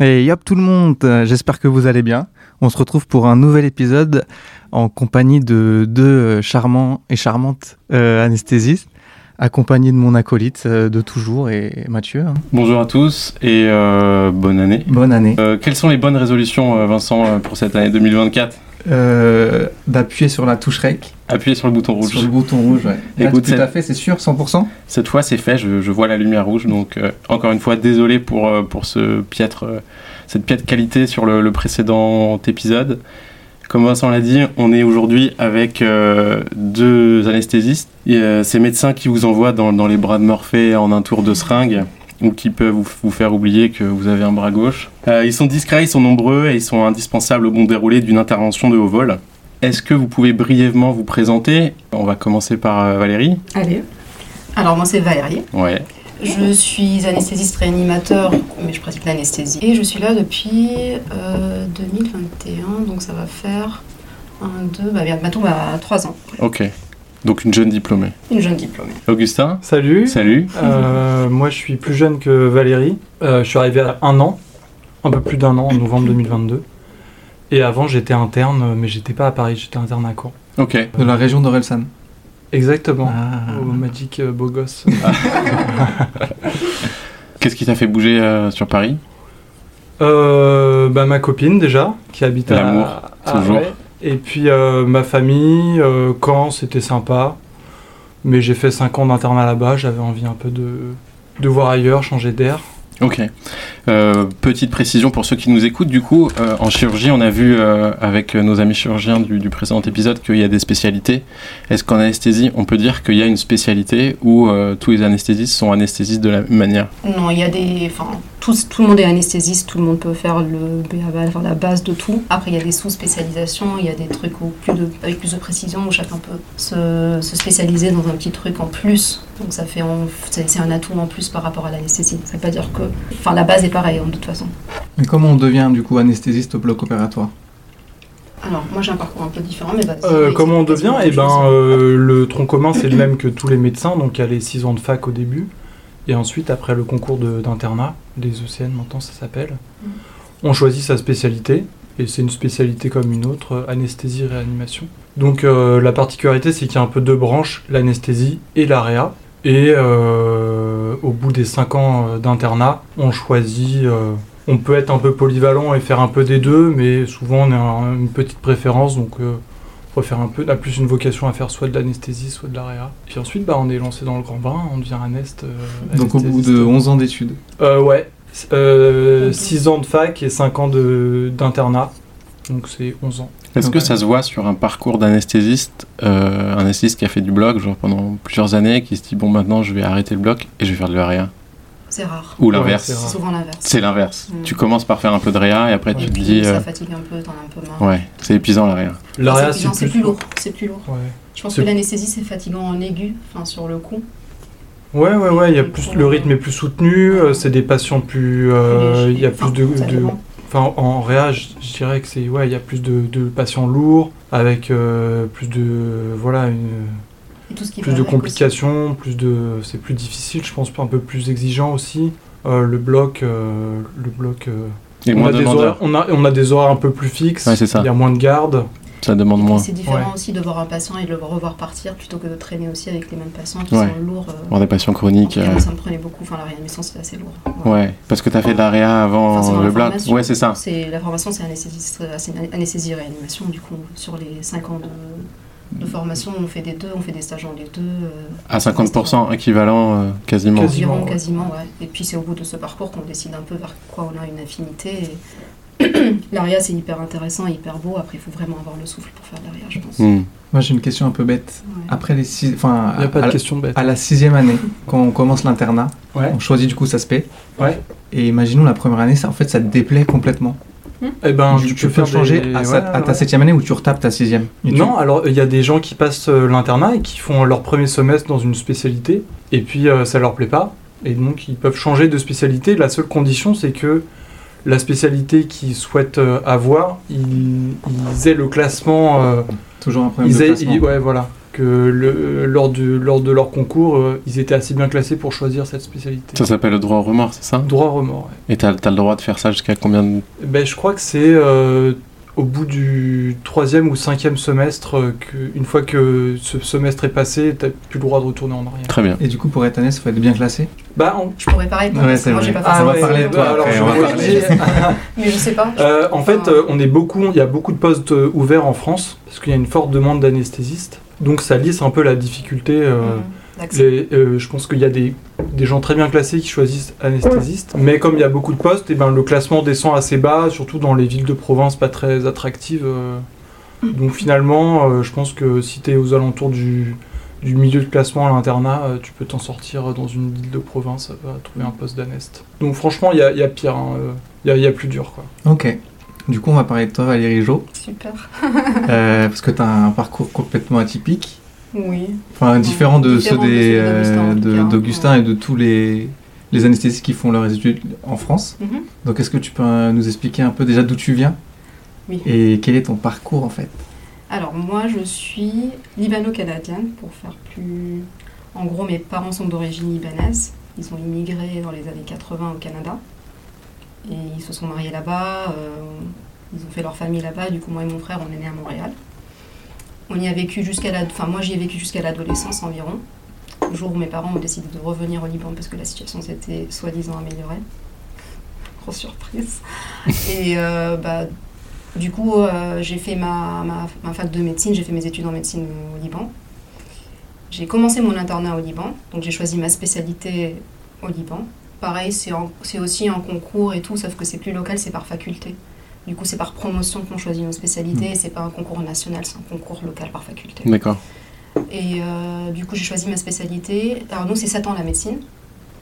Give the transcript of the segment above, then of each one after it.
Et yop tout le monde, euh, j'espère que vous allez bien. On se retrouve pour un nouvel épisode en compagnie de deux euh, charmants et charmantes euh, anesthésistes, accompagnés de mon acolyte euh, de toujours et Mathieu. hein. Bonjour à tous et euh, bonne année. Bonne année. Euh, quelles sont les bonnes résolutions, euh, Vincent, euh, pour cette année 2024 Euh, D'appuyer sur la touche REC, Appuyez sur le bouton sur le rouge. bouton rouge. Ouais. Là, Écoute, tout c'est- à fait, c'est sûr, 100% Cette fois, c'est fait, je, je vois la lumière rouge. Donc, euh, encore une fois, désolé pour, euh, pour ce piètre, euh, cette piètre qualité sur le, le précédent épisode. Comme Vincent l'a dit, on est aujourd'hui avec euh, deux anesthésistes. Et, euh, ces médecins qui vous envoient dans, dans les bras de Morphée en un tour de seringue ou qui peuvent vous, vous faire oublier que vous avez un bras gauche. Euh, ils sont discrets, ils sont nombreux et ils sont indispensables au bon déroulé d'une intervention de haut vol. Est-ce que vous pouvez brièvement vous présenter On va commencer par euh, Valérie. Allez. Alors moi c'est Valérie. Ouais. Je suis anesthésiste réanimateur, mais je pratique l'anesthésie. Et je suis là depuis euh, 2021, donc ça va faire 1, 2, bah bien, bientôt bah, 3 ans. Ok. Donc une jeune diplômée. Une jeune diplômée. Augustin, Salut. salut. Euh, moi, je suis plus jeune que Valérie. Euh, je suis arrivé à un an, un peu plus d'un an, en novembre 2022. Et avant, j'étais interne, mais j'étais pas à Paris, j'étais interne à Caen. Ok. de la région d'Orelsan. Exactement. Ah. Au Magic euh, Beau Gosse. Qu'est-ce qui t'a fait bouger euh, sur Paris Euh, bah, ma copine, déjà, qui habite à. L'amour, à- toujours. Bah, ah ouais. Et puis, euh, ma famille, euh, Caen, c'était sympa. Mais j'ai fait 5 ans d'internat là-bas, j'avais envie un peu de, de voir ailleurs, changer d'air. Ok. Euh, petite précision pour ceux qui nous écoutent, du coup, euh, en chirurgie, on a vu euh, avec nos amis chirurgiens du, du précédent épisode qu'il y a des spécialités. Est-ce qu'en anesthésie, on peut dire qu'il y a une spécialité où euh, tous les anesthésistes sont anesthésistes de la même manière Non, il y a des... Enfin, tous, tout le monde est anesthésiste, tout le monde peut faire le BABA, enfin, la base de tout. Après, il y a des sous-spécialisations, il y a des trucs au plus de, avec plus de précision où chacun peut se, se spécialiser dans un petit truc en plus. Donc ça fait... en- C'est c'est un atout en plus par rapport à l'anesthésie. Ça veut pas dire que... Enfin, la base est pareille, hein, de toute façon. Mais comment on devient du coup anesthésiste au bloc opératoire Alors, moi, j'ai un parcours un peu différent, mais bah, vas-y. Euh, comment on devient Explique-moi Eh quelque ben, chose. euh, le tronc commun, c'est le même que tous les médecins, donc il y a les 6 ans de fac au début, et ensuite, après le concours de- d'internat, des ECN maintenant ça s'appelle, Mhm. on choisit sa spécialité, et c'est une spécialité comme une autre, euh, anesthésie-réanimation. Donc euh, la particularité, c'est qu'il y a un peu deux branches, l'anesthésie et l'AREA, et euh, au bout des 5 ans euh, d'internat, on choisit... euh, on peut être un peu polyvalent et faire un peu des deux, mais souvent on a un- une petite préférence, donc euh, on préfère un peu, on a plus une vocation à faire soit de l'anesthésie, soit de l'area. Puis ensuite, bah, on est lancé dans le grand bain, on devient anest. euh, Donc au bout anesthésiste. de 11 ans d'études. Euh, ouais, 6 Ok. ans de fac et 5 ans de- d'internat, donc c'est 11 ans. Est-ce que Ouais. ça se voit sur un parcours d'anesthésiste, euh, un anesthésiste qui a fait du bloc genre pendant plusieurs années, qui se dit bon maintenant je vais arrêter le bloc et je vais faire de la réa C'est rare. ou l'inverse Ouais, c'est C'est rare. souvent l'inverse. C'est l'inverse. Mm. Tu commences par faire un peu de réa et après Ouais. tu te Puis, dis Ça euh, fatigue un peu, t'en as un peu marre. ouais c'est épuisant la réa. L'area, c'est, non, c'est plus lourd. C'est plus lourd. Ouais. Je pense C'est- que l'anesthésie, c'est fatigant en aigu, enfin, sur le coup. Ouais, ouais, ouais, il y a plus, le rythme est plus soutenu, euh, c'est des patients plus. euh, Il y a plus de. Enfin, ça de- dépend. Enfin, en réa, je je dirais que c'est ouais, il y a plus de, de patients lourds avec euh, plus de voilà une- Et tout ce qui plus va de avec aussi. complications, plus de c'est plus difficile, je pense un peu plus exigeant aussi. Euh, le bloc, euh, le bloc. euh, Et on moins a des horaires, demandeur, on a on a des horaires un peu plus fixes. Ouais, c'est ça. Il y a moins de gardes. ça demande Et puis, moins. c'est différent Ouais. aussi de voir un patient et de le revoir partir plutôt que de traîner aussi avec les mêmes patients qui Ouais. sont lourds. euh, Pour des patients en tout chroniques. cas, euh, moi, ça me prenait beaucoup. Enfin, la réanimation, c'est assez lourd. Voilà. Ouais, parce que t'as fait de l'AREA avant Enfin, c'est dans le la bloc. formation. Ouais, c'est ça. C'est, la formation, c'est anesthésiste, euh, c'est une anesthésie réanimation. Du coup, sur les 5 ans de, de formation, on fait des deux, on fait des stages en les deux, euh, À 50% équivalent euh, quasiment. Quasi. Quasiment, environ, ouais. quasiment, ouais. Et puis c'est au bout de ce parcours qu'on décide un peu vers quoi on a une affinité. et L'aria, c'est hyper intéressant, et hyper beau. Après, il faut vraiment avoir le souffle pour faire de l'aria, je Mm. pense. Hmm. Moi j'ai une question un peu bête. Ouais. Ah. Après les six... enfin, Il n'y a pas à de la- question bête. à la sixième année, quand on commence l'internat, Ouais. On choisit du coup sa spé. Ouais. Et imaginons la première année, ça, en fait, ça te déplaît complètement. Eh ben, tu, tu peux faire changer des- à, ouais, sa- à ta ouais. septième année où tu retapes ta sixième. Et tu- Non, alors il y a des gens qui passent euh, l'internat et qui font leur premier semestre dans une spécialité, et puis euh, ça leur plaît pas, et donc ils peuvent changer de spécialité. La seule condition, c'est que la spécialité qu'ils souhaitent euh, avoir, ils, ils aient le classement, euh, Toujours un problème ils de aient, placement. ils- ouais voilà, que le- euh, lors, du- lors de leur concours, euh, ils étaient assez bien classés pour choisir cette spécialité. Ça s'appelle le droit au remords, c'est ça Droit remords. ouais. Et t'as as le droit de faire ça jusqu'à combien de... Ben, je crois que c'est euh, au bout du troisième ou cinquième semestre, euh, que, une fois que ce semestre est passé, t'as plus le droit de retourner en arrière. Très bien. Et du coup, pour être honnête, il faut être bien classé. Bah, on... Je pourrais pas répondre, Ouais, parce que c'est moi j'ai vrai. pas fait Ah ça. on va ouais, parler de toi bah, alors, après, je on va vous le parler. dis. Mais je sais pas. Euh, en fait, euh, on est beaucoup, il y a beaucoup de postes euh, ouverts en France, parce qu'il y a une forte demande d'anesthésistes. Donc ça lisse un peu la difficulté. euh, Mhm. D'accord. Les- euh, je pense qu'il y a des, des gens très bien classés qui choisissent anesthésiste, mais comme il y a beaucoup de postes, et ben, le classement descend assez bas, surtout dans les villes de province pas très attractives. euh. Donc finalement, euh, je pense que si tu es aux alentours du, du milieu de classement à l'internat, euh, tu peux t'en sortir dans une ville de province, euh, à trouver un poste d'anest. Donc franchement, il y a, il y a pire, hein, euh, il y, a, il y a plus dur. Quoi. Ok. Du coup, on va parler de toi, Valérie Jo, Super. euh, parce que tu as un parcours complètement atypique, Oui. enfin différent de Différent ceux de des, celui d'Augustin, euh, en tout de- cas, d'Augustin et de tous les, les anesthésistes qui font leurs études en France. Mhm. Donc, est-ce que tu peux euh, nous expliquer un peu déjà d'où tu viens Oui. et quel est ton parcours en fait Alors moi je suis libano-canadienne pour faire plus... En gros mes parents sont d'origine libanaise. Ils ont immigré dans les années 80 au Canada. Et ils se sont mariés là-bas. euh, ils ont fait leur famille là-bas. Du coup moi et mon frère on est nés à Montréal. On y a vécu jusqu'à la... Enfin moi j'y ai vécu jusqu'à l'adolescence environ. Le jour où mes parents ont décidé de revenir au Liban parce que la situation s'était soi-disant améliorée. Grosse surprise. Et euh, bah, du coup, euh, j'ai fait ma, ma, ma fac de médecine, j'ai fait mes études en médecine au Liban. J'ai commencé mon internat au Liban, donc j'ai choisi ma spécialité au Liban. Pareil, c'est en- c'est aussi en concours et tout, sauf que c'est plus local, c'est par faculté. Du coup, c'est par promotion qu'on choisit nos spécialités, et c'est pas un concours national, c'est un concours local par faculté. D'accord. Et euh, du coup, j'ai choisi ma spécialité. Alors, nous, c'est 7 ans la médecine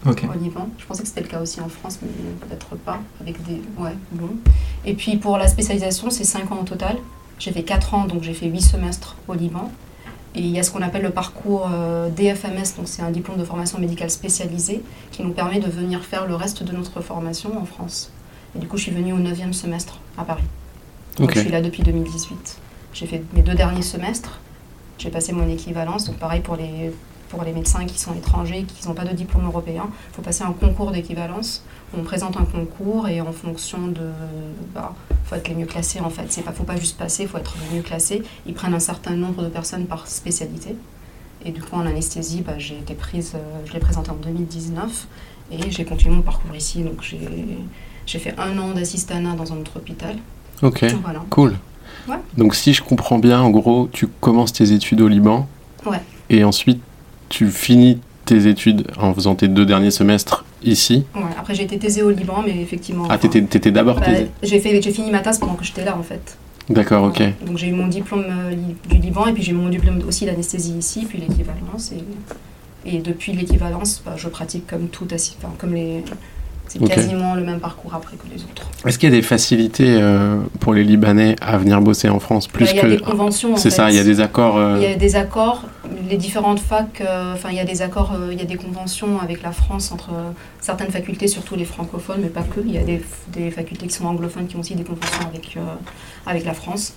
Ok. au Liban. Je pensais que c'était le cas aussi en France, mais peut-être pas. Avec des... Ouais, bon. Et puis pour la spécialisation, c'est 5 ans au total. J'ai fait 4 ans, donc j'ai fait 8 semestres au Liban. Et il y a ce qu'on appelle le parcours euh, DFMS, donc c'est un diplôme de formation médicale spécialisée qui nous permet de venir faire le reste de notre formation en France. Et du coup, je suis venue au 9e semestre à Paris. Donc Ok. je suis là depuis 2018. J'ai fait mes deux derniers semestres. J'ai passé mon équivalence. Donc pareil pour les, pour les médecins qui sont étrangers, qui n'ont pas de diplôme européen. Il faut passer un concours d'équivalence. On présente un concours et en fonction de... bah, faut être les mieux classés en fait. C'est pas, faut pas juste passer, faut être les mieux classés. Ils prennent un certain nombre de personnes par spécialité. Et du coup, en anesthésie, bah, j'ai été prise, euh, je l'ai présentée en 2019 et j'ai continué mon parcours ici. Donc j'ai j'ai fait un an d'assistanat dans un autre hôpital. Ok. Voilà. Cool. Ouais. Donc si je comprends bien, en gros, tu commences tes études au Liban. Ouais. Et ensuite, tu finis tes études en faisant tes deux derniers semestres ici. Ouais, après, j'ai été thésée au Liban, mais effectivement. Ah, enfin, t'étais t'étais d'abord bah, thésée. j'ai fait- j'ai fini ma thèse pendant que j'étais là en fait. D'accord, ok. Ouais. Donc j'ai eu mon diplôme euh, li- du Liban et puis j'ai eu mon diplôme aussi d'anesthésie ici, puis l'équivalence. Et, et depuis l'équivalence, bah, je pratique comme tout, assi- enfin, comme les. C'est Ok. quasiment le même parcours après que les autres. Est-ce qu'il y a des facilités euh, pour les Libanais à venir bosser en France plus Bah, Il y a des que conventions. en C'est ça, fait. il y a des accords. euh, Il y a des accords, les différentes facs, euh, enfin il y a des accords, euh, il y a des conventions avec la France entre euh, certaines facultés, surtout les francophones, mais pas que. Il y a des, des facultés qui sont anglophones qui ont aussi des conventions avec, euh, avec la France.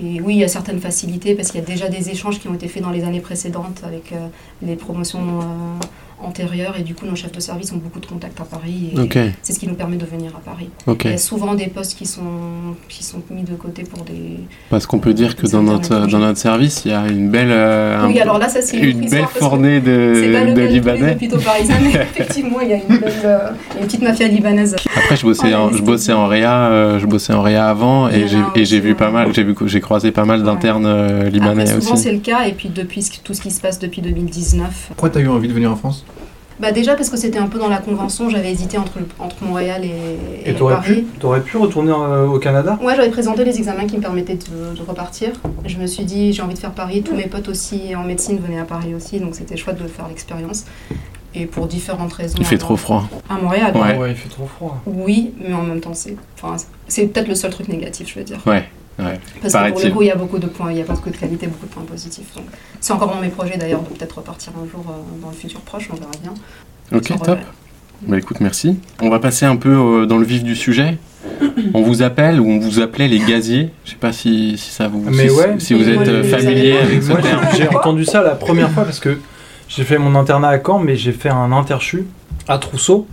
Et oui, il y a certaines facilités parce qu'il y a déjà des échanges qui ont été faits dans les années précédentes avec euh, les promotions euh, antérieures et du coup nos chefs de service ont beaucoup de contacts à Paris et Ok, c'est ce qui nous permet de venir à Paris. ok. Il y a souvent des postes qui sont, qui sont mis de côté pour des... Parce qu'on peut dire que dans notre, dans notre service, il y a une belle, euh, Oui, un- alors là ça c'est autre une histoire belle parce que- fournée C'est pas de, le de cas de tous les Euh, bah, Libanais. hôpitaux parisiens, mais effectivement, il y a une, belle, euh, une petite mafia libanaise. Après, je bossais, Ah, en, je c'est bossais en réa, euh, je bossais en réa avant, Il y en et a j'ai- et j'ai aussi, vu pas ouais. mal, j'ai vu, j'ai croisé pas mal Ouais. d'internes euh, libanais Après, souvent, aussi. c'est le cas, et puis depuis ce- tout ce qui se passe depuis 2019. Pourquoi tu as eu envie de venir en France Bah, déjà, parce que c'était un peu dans la convention, j'avais hésité entre, le- entre Montréal et, Et t'aurais Paris. pu, t'aurais pu retourner euh, au Canada Moi, j'avais présenté les examens qui me permettaient de, de repartir. Je me suis dit, j'ai envie de faire Paris. Tous mes potes aussi en médecine venaient à Paris aussi, donc c'était chouette de faire l'expérience. Et pour différentes raisons. Il fait trop froid. À Montréal, Ouais. il fait trop froid. oui, mais en même temps, c'est enfin, c'est peut-être le seul truc négatif, je veux dire. Ouais, ouais. Parce que pour Paraît-il. le coup, il y a beaucoup de points, il y a beaucoup de qualité, beaucoup de points positifs. Donc, c'est encore dans mes projets d'ailleurs de peut-être repartir un jour euh, dans le futur proche, on verra bien. Ok, Sur, top. euh, Bah écoute, merci. On va passer un peu euh, dans le vif du sujet. on vous appelle ou on vous appelait les gaziers. Je sais pas si, si ça vous Mais si, ouais. si vous Mais êtes moi, euh, je savais familier pas. avec ce Moi, terme. j'ai- j'ai entendu ça la première fois parce que j'ai fait mon internat à Caen, mais j'ai fait un interchu à Trousseau.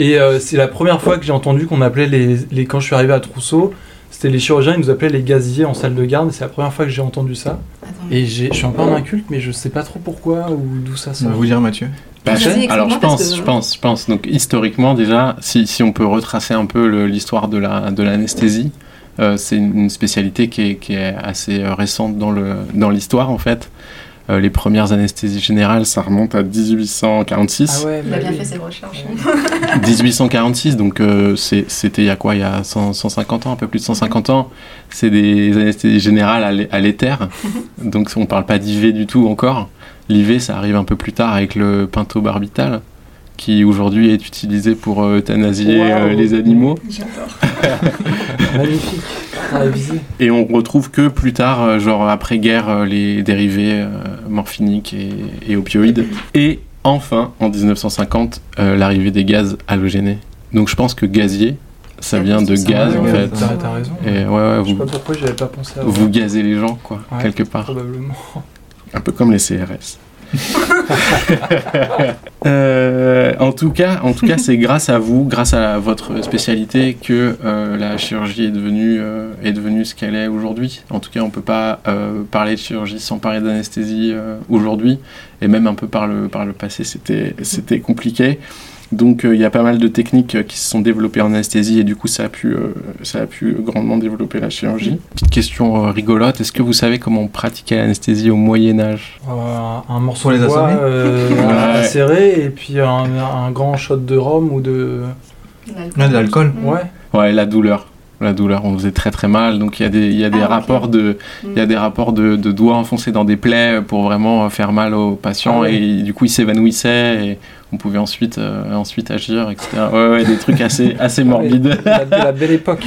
Et euh, c'est la première fois que j'ai entendu qu'on appelait les, les. Quand je suis arrivé à Trousseau, c'était les chirurgiens, ils nous appelaient les gaziers en salle de garde. et C'est la première fois que j'ai entendu ça. Attends. Et j'ai- je suis encore un inculte, mais je sais pas trop pourquoi ou d'où ça On sort. va vous dire, Mathieu. Bah, Vas-y, explique-moi, alors je parce pense, que- je pense, je pense. Donc historiquement déjà, si, si on peut retracer un peu le- l'histoire de la de l'anesthésie, euh, c'est une une spécialité qui est, qui est assez euh, récente dans le dans l'histoire en fait. Euh, les premières anesthésies générales, ça remonte à 1846. ouais, Il a bah bien oui. fait ses recherches. 1846, donc euh, c'est- c'était il y a quoi Il y a 100 150 ans, un peu plus de 150 ans. C'est des anesthésies générales à l'é- à l'éther. donc on parle pas d'IV du tout encore. L'IV, ça arrive un peu plus tard avec le pentobarbital, qui aujourd'hui est utilisé pour euh, euthanasier euh, Waouh. les animaux. J'adore. Magnifique. Ah, révisé. Et on retrouve que plus tard, euh, genre après-guerre, euh, les dérivés euh, morphiniques et, et opioïdes. Et enfin, en 1950, euh, l'arrivée des gaz halogénés. Donc je pense que gazier, ça Ouais, vient de c'est ça. gaz en Ouais, fait. T'as t'as raison. Et ouais, ouais, Je sais vous, pas pourquoi j'avais pas pensé à vous gazez les gens, quoi, Ouais. quelque part. Probablement. Un peu comme les CRS. Euh, en tout cas, en tout cas, c'est grâce à vous, grâce à votre spécialité, que euh, la chirurgie est devenue euh, est devenue ce qu'elle est aujourd'hui. En tout cas, on peut pas euh, parler de chirurgie sans parler d'anesthésie euh, aujourd'hui, et même un peu par le par le passé, c'était c'était compliqué. Donc, euh, il y a pas mal de techniques euh, qui se sont développées en anesthésie, et du coup, ça a pu euh, ça a pu grandement développer la chirurgie. Petite question euh, rigolote, est-ce que vous savez comment on pratiquait l'anesthésie au Moyen Âge Euh, un morceau Pour les de bois assommer euh, Ouais. acéré et puis un, un grand shot de rhum ou de Ouais, de l'alcool. ouais Ouais, la douleur. La douleur, on faisait très très mal. Donc il y a des, il y a des Ah, ok. rapports, de, il y Mm. a des rapports de, de doigts enfoncés dans des plaies pour vraiment euh, faire mal aux patients. Ah ouais. Et du coup, ils s'évanouissaient et on pouvait ensuite, euh, ensuite agir, etc. Ouais, ouais, des trucs assez, assez morbides. la, la belle époque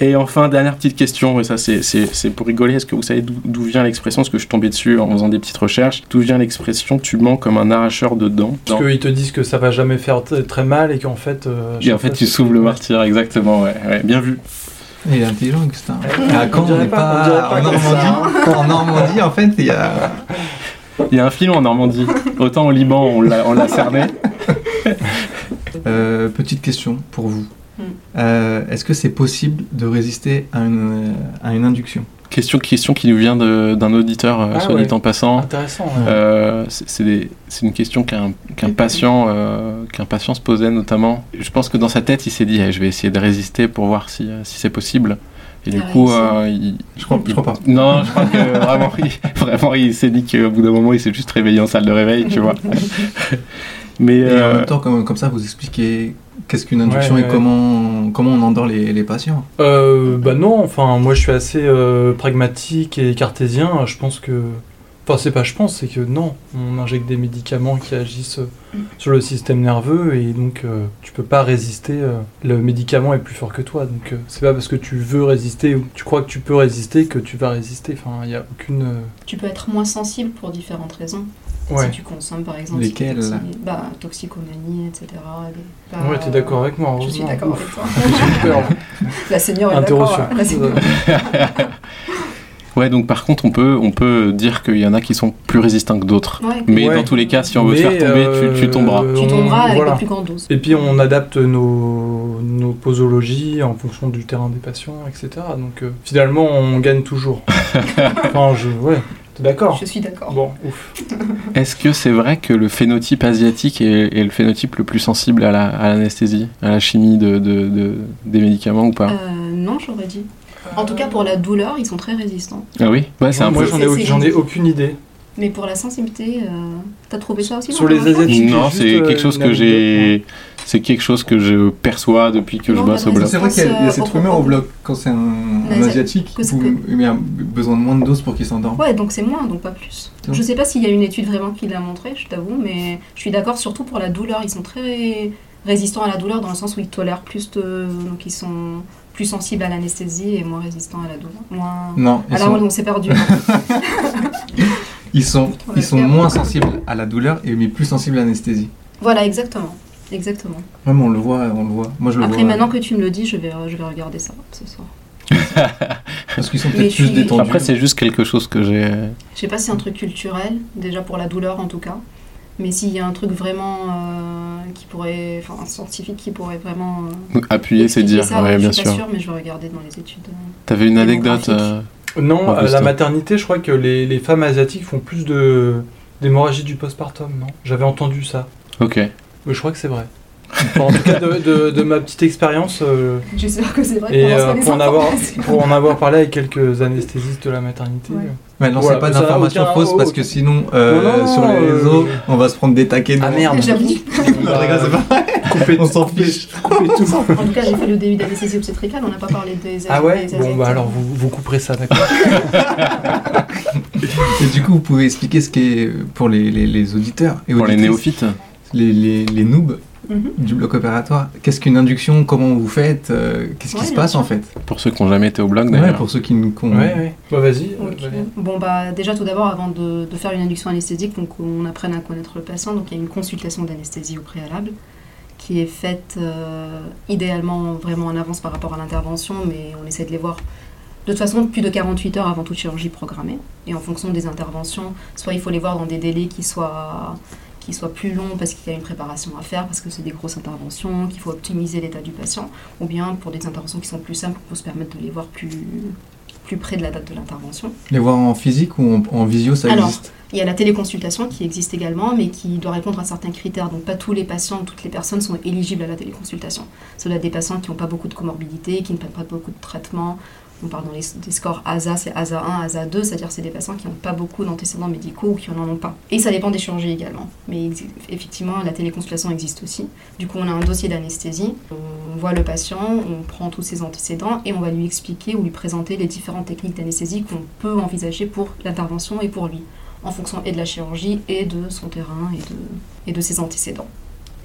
Et enfin, dernière petite question, et ça c'est- c'est c'est pour rigoler, est-ce que vous savez d'où d'où vient l'expression Parce que je suis tombé dessus en faisant des petites recherches. D'où vient l'expression tu mens comme un arracheur de dents parce qu'ils te disent que ça va jamais faire t- très mal et qu'en fait euh, Et en chaque fait, fois, tu c'est- souffles le martyr, exactement, ouais, ouais, bien vu. Il est intelligent, Augustin. Ouais. Ah, quand On on dirait n'est pas- on pas, dirait pas en comme ça, hein. Normandie, quand en Normandie, en fait, il y a. Il y a un film en Normandie. Autant au Liban, on l'a on l'a cerné. Mm. Euh, petite question pour vous. Hmm. Euh, Est-ce que c'est possible de résister à une, à une induction Question, question qui nous vient de- d'un auditeur, euh, Ah soit ouais. dit en passant. intéressant ouais. Euh, c'est- c'est des- c'est une question qu'un qu'un patient, euh, qu'un patient se posait notamment. Je pense que dans sa tête, il s'est dit Eh, je vais essayer de résister pour voir si, euh, si c'est possible. Et Il du a Ah, coup, réussi. euh, il, Je crois, je crois pas. non, je crois que vraiment, il, vraiment, il s'est dit qu'au bout d'un moment, il s'est juste réveillé en salle de réveil, tu vois. Mais Et en euh, même temps, comme, comme ça, vous expliquez qu'est-ce qu'une induction Ouais, et ouais. comment, comment on endort les, les patients. Euh, bah non enfin moi je suis assez euh, pragmatique et cartésien je pense que enfin c'est pas je pense c'est que non on injecte des médicaments qui agissent euh, sur le système nerveux et donc euh, tu peux pas résister euh, le médicament est plus fort que toi donc euh, c'est pas parce que tu veux résister ou que tu crois que tu peux résister que tu vas résister enfin il y a aucune euh, Tu peux être moins sensible pour différentes raisons. ouais Si tu consommes par exemple. Lesquelles, des là toxi- Bah, toxicomanie, etc. des- bah, ouais t'es d'accord avec moi hein, Je heureusement suis d'accord Ouf, avec toi. super. La seigneur est d'accord. interruption hein. La seigneur. ouais, donc par contre, on peut, on peut dire qu'il y en a qui sont plus résistants que d'autres. Euh, Ouais. Mais Ouais. dans tous les cas, si on veut te Mais, faire tomber, euh, tu, tu tomberas. Tu tomberas on- avec voilà. la plus grande dose. Et puis on adapte nos, nos posologies en fonction du terrain des patients, etc. Donc euh, finalement, on gagne toujours. enfin, je, ouais, t'es d'accord Je suis d'accord. Bon, ouf. Est-ce que c'est vrai que le phénotype asiatique est, est le phénotype le plus sensible à la- à l'anesthésie, à, la chimie de, de- de- des médicaments ou pas Hein Euh, non, j'aurais dit. En tout cas, pour la douleur, ils sont très résistants. Ah oui Ouais, c'est un Moi, peu. j'en ai, au- C'est- j'en ai aucune idée. Mais pour la sensibilité, euh, t'as trouvé ça aussi Sur dans les ton rapport Asiatiques, Non, juste, c'est euh, quelque chose une que anecdote. j'ai. C'est quelque chose que je perçois depuis que je Non, bosse au t'as blog. raison. C'est vrai qu'il y a, il y a cette Pourquoi rumeur au pas bloc quand c'est un, un Asiatique, asiatique, que c'est vous- il y a besoin de moins de doses pour qu'il s'endorme. Ouais, donc c'est moins, donc pas plus. Donc. Je sais pas s'il y a une étude vraiment qui l'a montré, je t'avoue, mais je suis d'accord surtout pour la douleur. Ils sont très résistants à la douleur dans le sens où ils tolèrent plus de. Donc ils sont plus sensibles à l'anesthésie et moins résistants à la douleur. Moins. Non, ils Alors sont, on s'est perdu. ils sont, On va ils sont faire. moins sensibles à la douleur et mais plus sensibles à l'anesthésie. voilà, exactement. Exactement. Ouais, mais on le voit, on le voit. Moi, je le Après, vois. maintenant que tu me le dis, je vais, je vais regarder ça ce soir. Parce qu'ils sont Mais peut-être je plus suis- détendus. Après, c'est juste quelque chose que j'ai. Je sais pas si c'est un truc culturel, déjà pour la douleur en tout cas, mais s'il y a un truc vraiment euh, qui pourrait, enfin un scientifique qui pourrait vraiment. euh, Appuyer, c'est expliquer dire. ça, ouais, je bien suis sûr. pas sûre, mais je vais regarder dans les études. euh. T'avais une anecdote. Démographique. euh, Non, Ouais, à la costaud. maternité, je crois que les, les femmes asiatiques font plus de d'hémorragie du postpartum, non J'avais entendu ça. euh, Ok. Mais je crois que c'est vrai. Enfin, en tout cas, de, de- de ma petite expérience, euh, J'espère que c'est vrai. et qu'on euh, reçoit les pour, en avoir, informations. pour en avoir parlé avec quelques anesthésistes de la maternité. Ouais. Ouais, lancez Voilà, pas ça a d'informations aucun- fausses parce que sinon, euh, Non, non, non, sur les euh, réseaux, on va se prendre des taquets. de- Ah, merde. J'avoue. Non, je bah, rigole, Ah c'est pas vrai. Coupez- On s'en coupez- fiche. coupez tout. En tout cas, j'ai fait le début d'anesthésie obstétricale, on n'a pas parlé des Ah ouais des Bon, bah alors, vous, vous couperez ça, d'accord. Et du coup, vous pouvez expliquer ce qu'est euh, pour les, les, les auditeurs et Pour les auditrices, néophytes. les, les, les noobs Mhm. du bloc opératoire. Qu'est-ce qu'une induction Comment vous faites euh, Qu'est-ce qui Ouais, se bien passe sûr. en fait Pour ceux qui n'ont jamais été au blog, Ouais, d'ailleurs. Pour ceux qui ne qu'on- Ouais, ouais. Bah, vas-y. euh, Ok. Valérie. Bon, bah, déjà tout d'abord, avant de, de faire une induction anesthésique, donc on apprenne à connaître le patient. Donc il y a une consultation d'anesthésie au préalable qui est faite euh, idéalement vraiment en avance par rapport à l'intervention, mais on essaie de les voir de toute façon plus de 48 heures avant toute chirurgie programmée. Et en fonction des interventions, soit il faut les voir dans des délais qui soient, qui soient plus longs parce qu'il y a une préparation à faire, parce que c'est des grosses interventions, qu'il faut optimiser l'état du patient, ou bien pour des interventions qui sont plus simples, on peut se permettre de les voir plus, plus près de la date de l'intervention. Les voir en physique ou en, en visio, ça Alors, existe Il y a la téléconsultation qui existe également, mais qui doit répondre à certains critères. Donc pas tous les patients, toutes les personnes sont éligibles à la téléconsultation. Cela des patients qui n'ont pas beaucoup de comorbidités, qui ne prennent pas beaucoup de traitements. On parle dans les, des scores ASA, c'est ASA 1, ASA 2, c'est-à-dire c'est des patients qui n'ont pas beaucoup d'antécédents médicaux ou qui n'en ont pas. Et ça dépend des chirurgies également. Mais ex- effectivement, la téléconsultation existe aussi. Du coup, on a un dossier d'anesthésie, on voit le patient, on prend tous ses antécédents et on va lui expliquer ou lui présenter les différentes techniques d'anesthésie qu'on peut envisager pour l'intervention et pour lui en fonction et de la chirurgie et de son terrain et de, et de ses antécédents.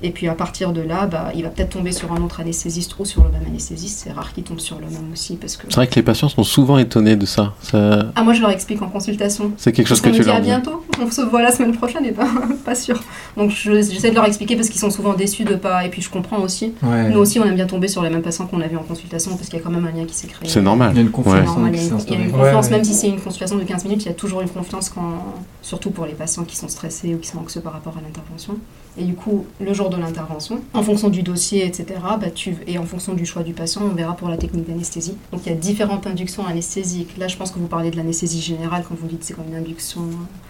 Et puis à partir de là, bah, il va peut-être tomber sur un autre anesthésiste ou sur le même anesthésiste. C'est rare qu'il tombe sur le même aussi parce que. C'est vrai que les patients sont souvent étonnés de ça. Ça- Ah moi je leur explique en consultation. C'est quelque chose que Parce qu'on me tu dit à leur dis. bientôt, on se voit la semaine prochaine et pas, pas sûr. Donc je- j'essaie de leur expliquer parce qu'ils sont souvent déçus de pas. Et puis je comprends aussi. Ouais. Nous aussi on aime bien tomber sur les mêmes patients qu'on a vu en consultation parce qu'il y a quand même un lien qui s'est créé. Il y C'est a normal. une C'est Ouais. confiance hein, normal, qui il y s'est a une- il y a instaurée. une Ouais, confiance, ouais. même si c'est une consultation de 15 minutes, il y a toujours une confiance, quand, surtout pour les patients qui sont stressés ou qui sont anxieux par rapport à l'intervention. Et du coup, le jour de l'intervention, en fonction du dossier, etc., bah, tu, et en fonction du choix du patient, on verra pour la technique d'anesthésie. Donc il y a différentes inductions anesthésiques. Là, je pense que vous parlez de l'anesthésie générale quand vous dites c'est comme une induction.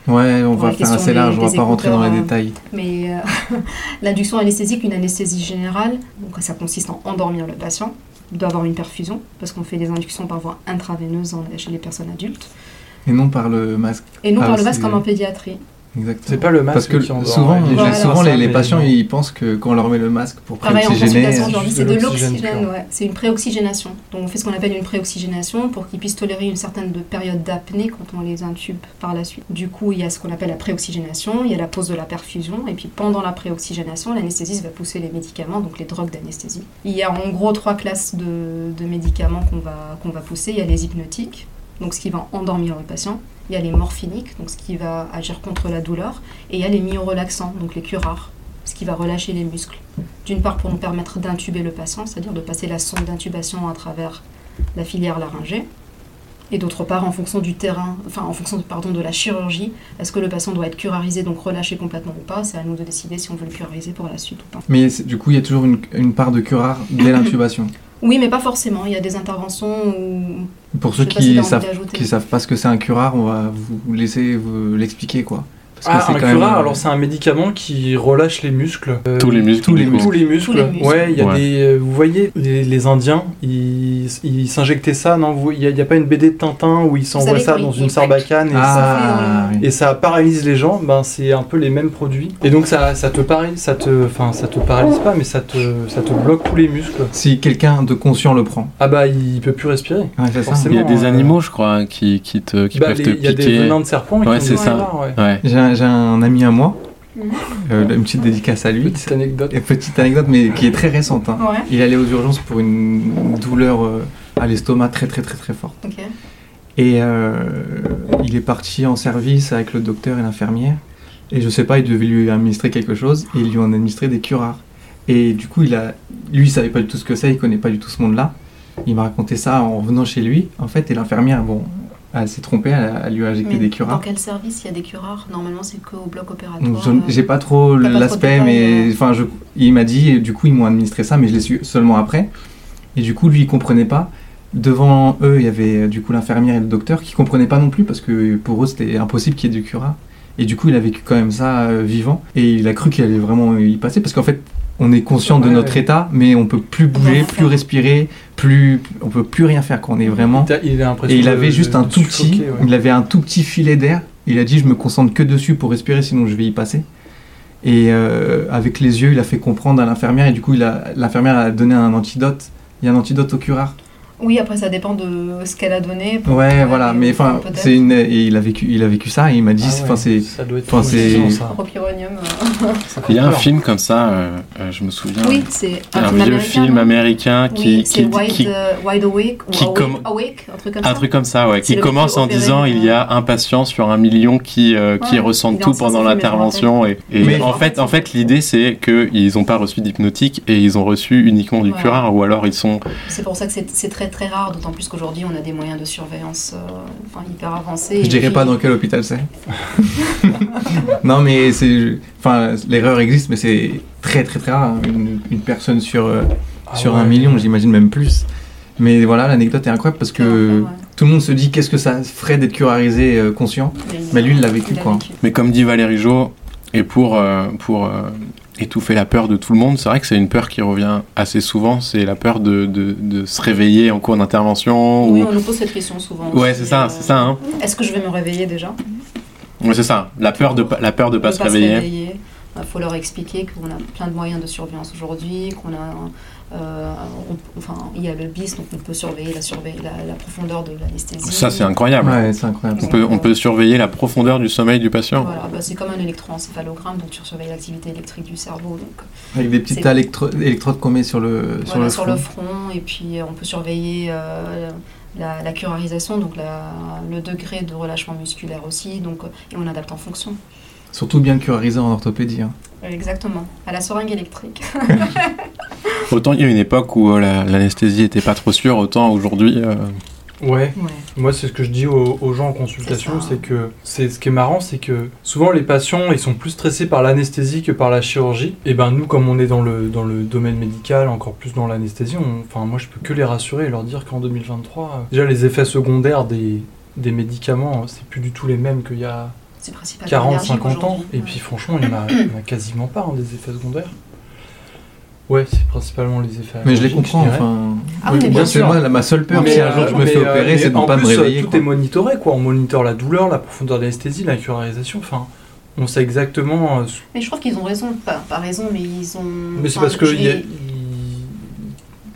Ouais, on Pour va la faire question assez des- large, on va des pas rentrer dans les écouteurs, euh, détails. Mais euh, l'induction anesthésique, une anesthésie générale, donc ça consiste en endormir le patient. Il doit avoir une perfusion, parce qu'on fait des inductions par voie intraveineuse en- chez les personnes adultes. Et non par le masque. Et non Ah, par le c'est- masque comme en pédiatrie. C'est Exactement. pas le masque Parce que qui endort, souvent, ouais. j'ai- Voilà. souvent les, les patients, Mais- ils pensent que quand on leur met le masque pour Pareil en pré-oxygéner, euh, consultation aujourd'hui, juste c'est de de l'oxygène l'oxygène, pur. ouais. c'est une préoxygénation. Donc on fait ce qu'on appelle une préoxygénation pour qu'ils puissent tolérer une certaine de- période d'apnée quand on les intube par la suite. Du coup, il y a ce qu'on appelle la préoxygénation, il y a la pause de la perfusion, et puis pendant la préoxygénation, l'anesthésiste va pousser les médicaments, donc les drogues d'anesthésie. Il y a en gros trois classes de, de médicaments qu'on va, qu'on va pousser. Il y a les hypnotiques, donc ce qui va endormir le patient. Il y a les morphiniques, donc ce qui va agir contre la douleur. Et il y a les myorelaxants, donc les curares, ce qui va relâcher les muscles. D'une part pour nous permettre d'intuber le patient, c'est-à-dire de passer la sonde d'intubation à travers la filière laryngée. Et d'autre part, en fonction du terrain, enfin en fonction pardon, de la chirurgie, est-ce que le patient doit être curarisé, donc relâché complètement ou pas C'est à nous de décider si on veut le curariser pour la suite ou pas. mais c'est- du coup, il y a toujours une, une part de curare dès l'intubation. Oui, mais pas forcément. Il y a des interventions où. Pour Je ceux sais pas si qui t'as envie savent, d'ajouter. qui savent pas ce que c'est un curare, on va vous laisser vous l'expliquer quoi. Parce Ah, un quand même- euh, curare, alors c'est un médicament qui relâche les muscles. Euh, Tous les muscles. tous les du coup. Tous les muscles. Tous les muscles. Ouais, il y a Ouais. des. euh, Vous voyez, les, les Indiens, ils ils s'injectaient ça, non vous- Il n'y a, il y a pas une BD de Tintin où ils s'envoient savez, ça quand dans ils- une ils sarbacane et, Ah, Ça fait, oui. et ça paralyse les gens. Ben c'est un peu les mêmes produits. Et donc ça, ça te paralyse, ça te, enfin ça te paralyse pas, mais ça te, ça te bloque tous les muscles. si quelqu'un de conscient le prend. Ah bah il peut plus respirer. Ouais, c'est ça. Forcément. Il y a des euh, animaux, je crois, hein, qui, qui, te, qui Bah, peuvent les- te Il y a des piquer. venins de serpents. qui Ouais, ont c'est des ça. curares, ouais. Ouais. J'ai un, j'ai un ami à moi, Mhm. euh, une petite dédicace à lui. Petite anecdote. Et petite anecdote, mais qui est très récente. hein. Ouais, Il allait aux urgences pour une douleur euh, à l'estomac très très très très forte. ok. Et euh, il est parti en service avec le docteur et l'infirmière. Et je sais pas, il devait lui administrer quelque chose. Et ils lui ont administré des curares. Et du coup, il a, lui, il savait pas du tout ce que c'est, il connaît pas du tout ce monde-là. Il m'a raconté ça en revenant chez lui, en fait, et l'infirmière, bon, elle s'est trompée, elle, a- elle lui a injecté Mais des Dans curares. quel service il y a des curares Normalement, c'est que au bloc Donc, opératoire. je- euh, J'ai pas trop T'as pas trop de l'aspect, détails, mais euh. enfin, je- il m'a dit, et du coup, ils m'ont administré ça, mais je l'ai su seulement après. Et du coup, lui, il comprenait pas. Devant eux, il y avait euh, du coup l'infirmière et le docteur qui comprenaient pas non plus parce que pour eux, c'était impossible qu'il y ait du cura. Et du coup, il a vécu quand même ça euh, vivant et il a cru qu'il allait vraiment y passer parce qu'en fait, on est conscient de Ouais. notre état, mais on peut plus peut bouger, rien plus faire. respirer, plus on peut plus rien faire quand on est vraiment. Il a- Il a l'impression Et il de- avait juste de- un de tout petit, suffoquer, ouais. il avait un tout petit filet d'air. Il a dit, je me concentre que dessus pour respirer, sinon je vais y passer. Et euh, avec les yeux, il a fait comprendre à l'infirmière, et du coup, il a- l'infirmière a donné un antidote. Il y a un antidote au curare. Oui, après, ça dépend de ce qu'elle a donné. Ouais, pour trouver voilà. les- Mais enfin, peut-être. c'est une. Et il a vécu, il a vécu ça, et il m'a dit, Ah enfin, ouais, c'est. ça doit être enfin, c'est- traumatisant, ça. Propyronium. euh. Ah. Ça fait Il y a un peur. film comme ça, euh, euh, je me souviens. Oui, c'est un, un, film vieux américain. film non américain qui, Oui, c'est qui- wide, qui- euh, Wide Awake ou qui awake, comm- Awake, un truc comme un ça. truc comme ça, ouais, C'est qui le plus commence en opéré, disant euh, il y a un patient sur un million qui, euh, qui Ouais, ressent il est tout en sens pendant aussi, mais je me l'intervention. Et, et Mais- en fait, en fait l'idée, c'est qu'ils n'ont pas reçu d'hypnotique et ils ont reçu uniquement du Ouais. curare, ou alors ils sont. C'est pour ça que c'est c'est très très rare, d'autant plus qu'aujourd'hui on a des moyens de surveillance euh, enfin, hyper avancés. Je Et dirais puis- pas dans quel hôpital c'est. non, mais c'est. Enfin, l'erreur existe, mais c'est très très très rare. hein. Une, une personne sur euh, Ah sur ouais. un million, j'imagine même plus. Mais voilà, l'anecdote est incroyable parce Ah que Enfin, tout le monde se dit qu'est-ce que ça ferait d'être curarisé euh, conscient. ouais. Mais lui, il l'a vécu, quoi. vécu. Mais comme dit Valérie Jo, et pour, euh, pour euh, étouffer la peur de tout le monde, c'est vrai que c'est une peur qui revient assez souvent, c'est la peur de, de, de se réveiller en cours d'intervention. Oui, ou... on nous pose cette question souvent. Oh. Ouais, aussi, c'est ça, euh, c'est ça, hein. Est-ce que je vais me réveiller déjà Ouais, c'est ça, la peur de, pa- la peur de pas se réveiller. Il Bah, faut leur expliquer qu'on a plein de moyens de surveillance aujourd'hui, qu'on a. euh, on- enfin, il y a le BIS, donc on peut surveiller la, surveille- la, la profondeur de l'anesthésie. Ça, c'est Ah incroyable. Ouais, c'est incroyable. On peut, on peut surveiller la profondeur du sommeil du patient. Voilà, bah, c'est comme un électroencéphalogramme, donc tu surveilles l'activité électrique du cerveau. Donc, Avec des petites C'est- électro- électrodes qu'on met sur le, sur Voilà, le sur front. le front, et puis euh, on peut surveiller euh, la, la curarisation, donc la- le degré de relâchement musculaire aussi, donc, euh, et on adapte en fonction. Surtout bien curarisé en orthopédie. hein. Euh, Exactement, à la seringue électrique. Autant il y a une époque où euh, la- l'anesthésie était pas trop sûre, autant aujourd'hui. euh, Ouais. Ouais. Moi, c'est ce que je dis aux, aux gens en consultation, C'est ça. c'est que c'est ce qui est marrant, c'est que souvent les patients, ils sont plus stressés par l'anesthésie que par la chirurgie. Et ben nous, comme on est dans le dans le domaine médical, encore plus dans l'anesthésie, on- enfin moi, je peux que les rassurer et leur dire qu'en 2023, euh, déjà les effets secondaires des des médicaments, euh, c'est plus du tout les mêmes qu'il y a C'est principalement 40, énergique 50 ans. aujourd'hui. Et puis franchement, il n'y en, a- il y en a quasiment pas hein, des effets secondaires. Ouais, c'est principalement les effets. Mais je les allergiques, comprends. Ah, dirais. Enfin, Ah oui, Moi, mais bien c'est sûr. moi la- ma seule peur. Mais, si un jour euh, je me mais, fais euh, opérer, mais c'est de ne en pas plus, me euh, réveiller. Tout quoi. est monitoré, quoi. On monitore la douleur, la profondeur de l'anesthésie, la curarisation. Enfin, on sait exactement. euh, ce- Mais je trouve qu'ils ont raison, pas, pas raison, mais ils ont. Mais Mm, enfin, c'est parce que je il y a- vais-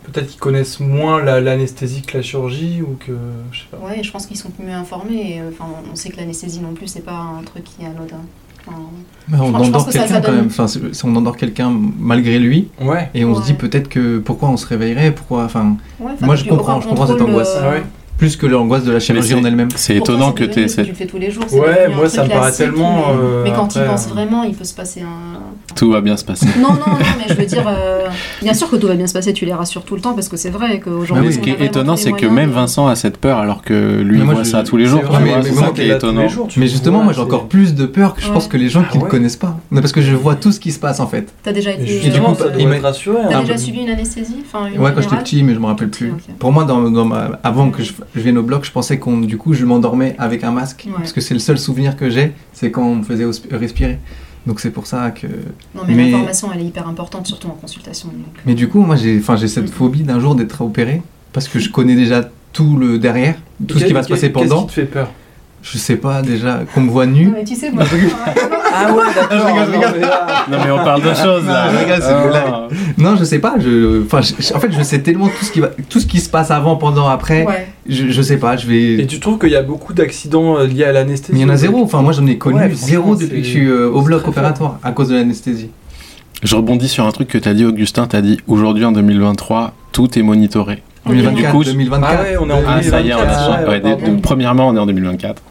il- peut-être qu'ils connaissent moins la- l'anesthésie que la chirurgie ou que. Je sais pas. Ouais, je pense qu'ils sont mieux informés. et, euh, Enfin, on sait que l'anesthésie non plus, c'est pas un truc qui est anodin. Enfin, Mais je on pense endort que ça, ça quelqu'un quand donne- même. Enfin, c'est- c'est- on endort quelqu'un malgré lui. Ouais. Et on se dit Ouais. peut-être que pourquoi on se réveillerait, pourquoi. Enfin, ouais, enfin, Moi, que je tu comprends, je comprends cette recontrôles, angoisse. euh, Ah ouais. plus que l'angoisse de la chirurgie c'est- en elle-même. c'est Pourquoi étonnant c'est que devenu t'aies ce cette- Tu le fais tous les jours. c'est Ouais, devenu un moi, ça truc me paraît classique, tellement, Mais, euh, mais quand tu y après, penses euh, vraiment, il peut se passer un. tout va bien se passer. Non, non, non, mais je veux dire, euh, bien sûr que tout va bien se passer, tu les rassures tout le temps parce que c'est vrai qu'aujourd'hui. Mais ce on qui on a est vraiment étonnant, tous les c'est que moyens même de- Vincent a cette peur alors que lui Mais moi, voit je- ça tous les C'est jours. vrai, tu vois, mais- c'est mais ça moi, qui est là tous les étonnant. jours, tu Mais te justement, vois, moi j'ai c'est- encore plus de peur que je Ouais. pense que les gens Ah qui ne ouais. connaissent pas. Non, parce que je vois tout ce qui se passe en fait. T'as déjà été. Et du justement, coup, ça il doit m'a- être rassuré, hein. T'as un déjà peu- subi une anesthésie enfin, Ah, une Ouais, quand j'étais générale petit, mais je me rappelle plus. Ok, ok. Pour moi, dans, dans ma... avant que je, je vienne au bloc, je pensais qu'on, du coup, je m'endormais avec un masque. Ouais. Parce que c'est le seul souvenir que j'ai, c'est quand on me faisait os- respirer. Donc c'est pour ça que. Non, mais, Mais- l'information, elle est hyper importante, surtout en consultation. donc. Mais du coup, moi, j'ai, enfin, j'ai cette Mhm. phobie d'un jour d'être opéré parce que je connais déjà tout le derrière, tout ce qui va se passer Qu'est- qu'est- pendant. Qu'est-ce qui te fait peur Je sais pas déjà qu'on me voit Non, nu. mais tu sais, moi. Ah ouais, d'accord. Je rigole, je non, rigole. mais là- Non, mais on parle de choses là. Non, je rigole, c'est Ah. une blague. Non, je sais pas. Je, enfin, je- je- en fait, je sais tellement tout ce qui va, tout ce qui se passe avant, pendant, après. ouais. Je, je sais pas. Je vais. Et tu trouves qu'il y a beaucoup d'accidents euh, liés à l'anesthésie Mais il y en a zéro, enfin moi j'en ai connu Ouais, franchement, zéro depuis que je c'est- suis euh, au c'est bloc très opératoire à cause de l'anesthésie. Je rebondis sur un truc que t'as dit, Augustin. T'as dit aujourd'hui en 2023, tout est monitoré. Du 2024, coup, je- 2024. Ah ouais, on est en Ah, Ah, ça y est, on est 2024. sur- ouais, pardon. dé- donc, premièrement, on est en 2024.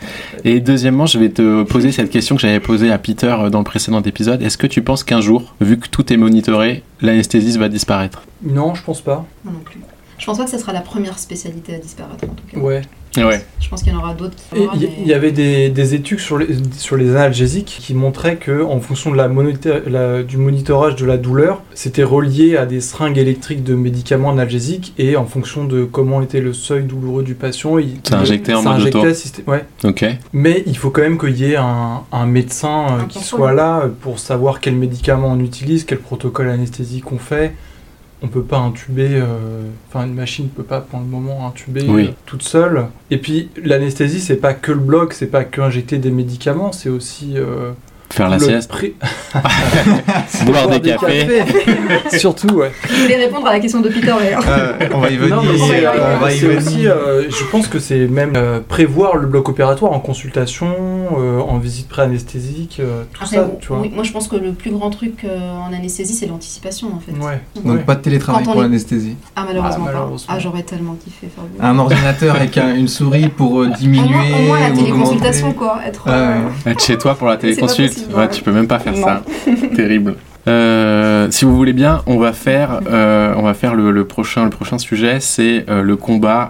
Et deuxièmement, je vais te poser cette question que j'avais posée à Peter euh, dans le précédent épisode. Est-ce que tu penses qu'un jour, vu que tout est monitoré, l'anesthésiste va disparaître Non, je pense pas. Moi non plus. Je pense pas que ce sera la première spécialité à disparaître en tout cas. Ouais. Ouais. Je pense qu'il y en aura d'autres. qui en Et aura, Il y, mais- il y avait des, des études sur les, sur les analgésiques qui montraient que, en fonction de la monita- la- du monitorage de la douleur, c'était relié à des seringues électriques de médicaments analgésiques et en fonction de comment était le seuil douloureux du patient, il C'est injecté en ça mode auto. injectait systé- ouais. Ok. Mais il faut quand même qu'il y ait un, un médecin euh, Un qui contrôle. soit là euh, pour savoir quel médicament on utilise, quel protocole anesthésique on fait. On peut pas intuber, euh, enfin une machine peut pas pour le moment intuber Oui. euh, toute seule. Et puis l'anesthésie c'est pas que le bloc, c'est pas que injecter des médicaments, c'est aussi euh, Faire la le sieste, pré- boire des cafés. cafés. Surtout ouais. Je voulais répondre à la question de Peter d'ailleurs. Euh, on va y venir. Non, mais on va c'est y euh, arriver. on va y c'est venir. aussi, euh, je pense que c'est même euh, prévoir le bloc opératoire en consultation, euh, en visite pré-anesthésique, euh, tout Après, ça, bon, tu vois. oui, moi je pense que le plus grand truc euh, en anesthésie c'est l'anticipation en fait. Ouais. Donc Ouais. pas de télétravail Quand on pour est- l'anesthésie. Ah malheureusement, Ah, pas. malheureusement. Ah j'aurais tellement kiffé faire le- Un ordinateur avec un- une souris pour euh, Au diminuer. moins, au moins la augmenter. téléconsultation quoi, être euh, Ouais. Être chez toi pour la C'est pas téléconsulte, possible, ouais, ouais. tu peux même pas faire Non. ça. Terrible. Euh, si vous voulez bien, on va faire, euh, on va faire le, le prochain, le prochain sujet, c'est euh, le combat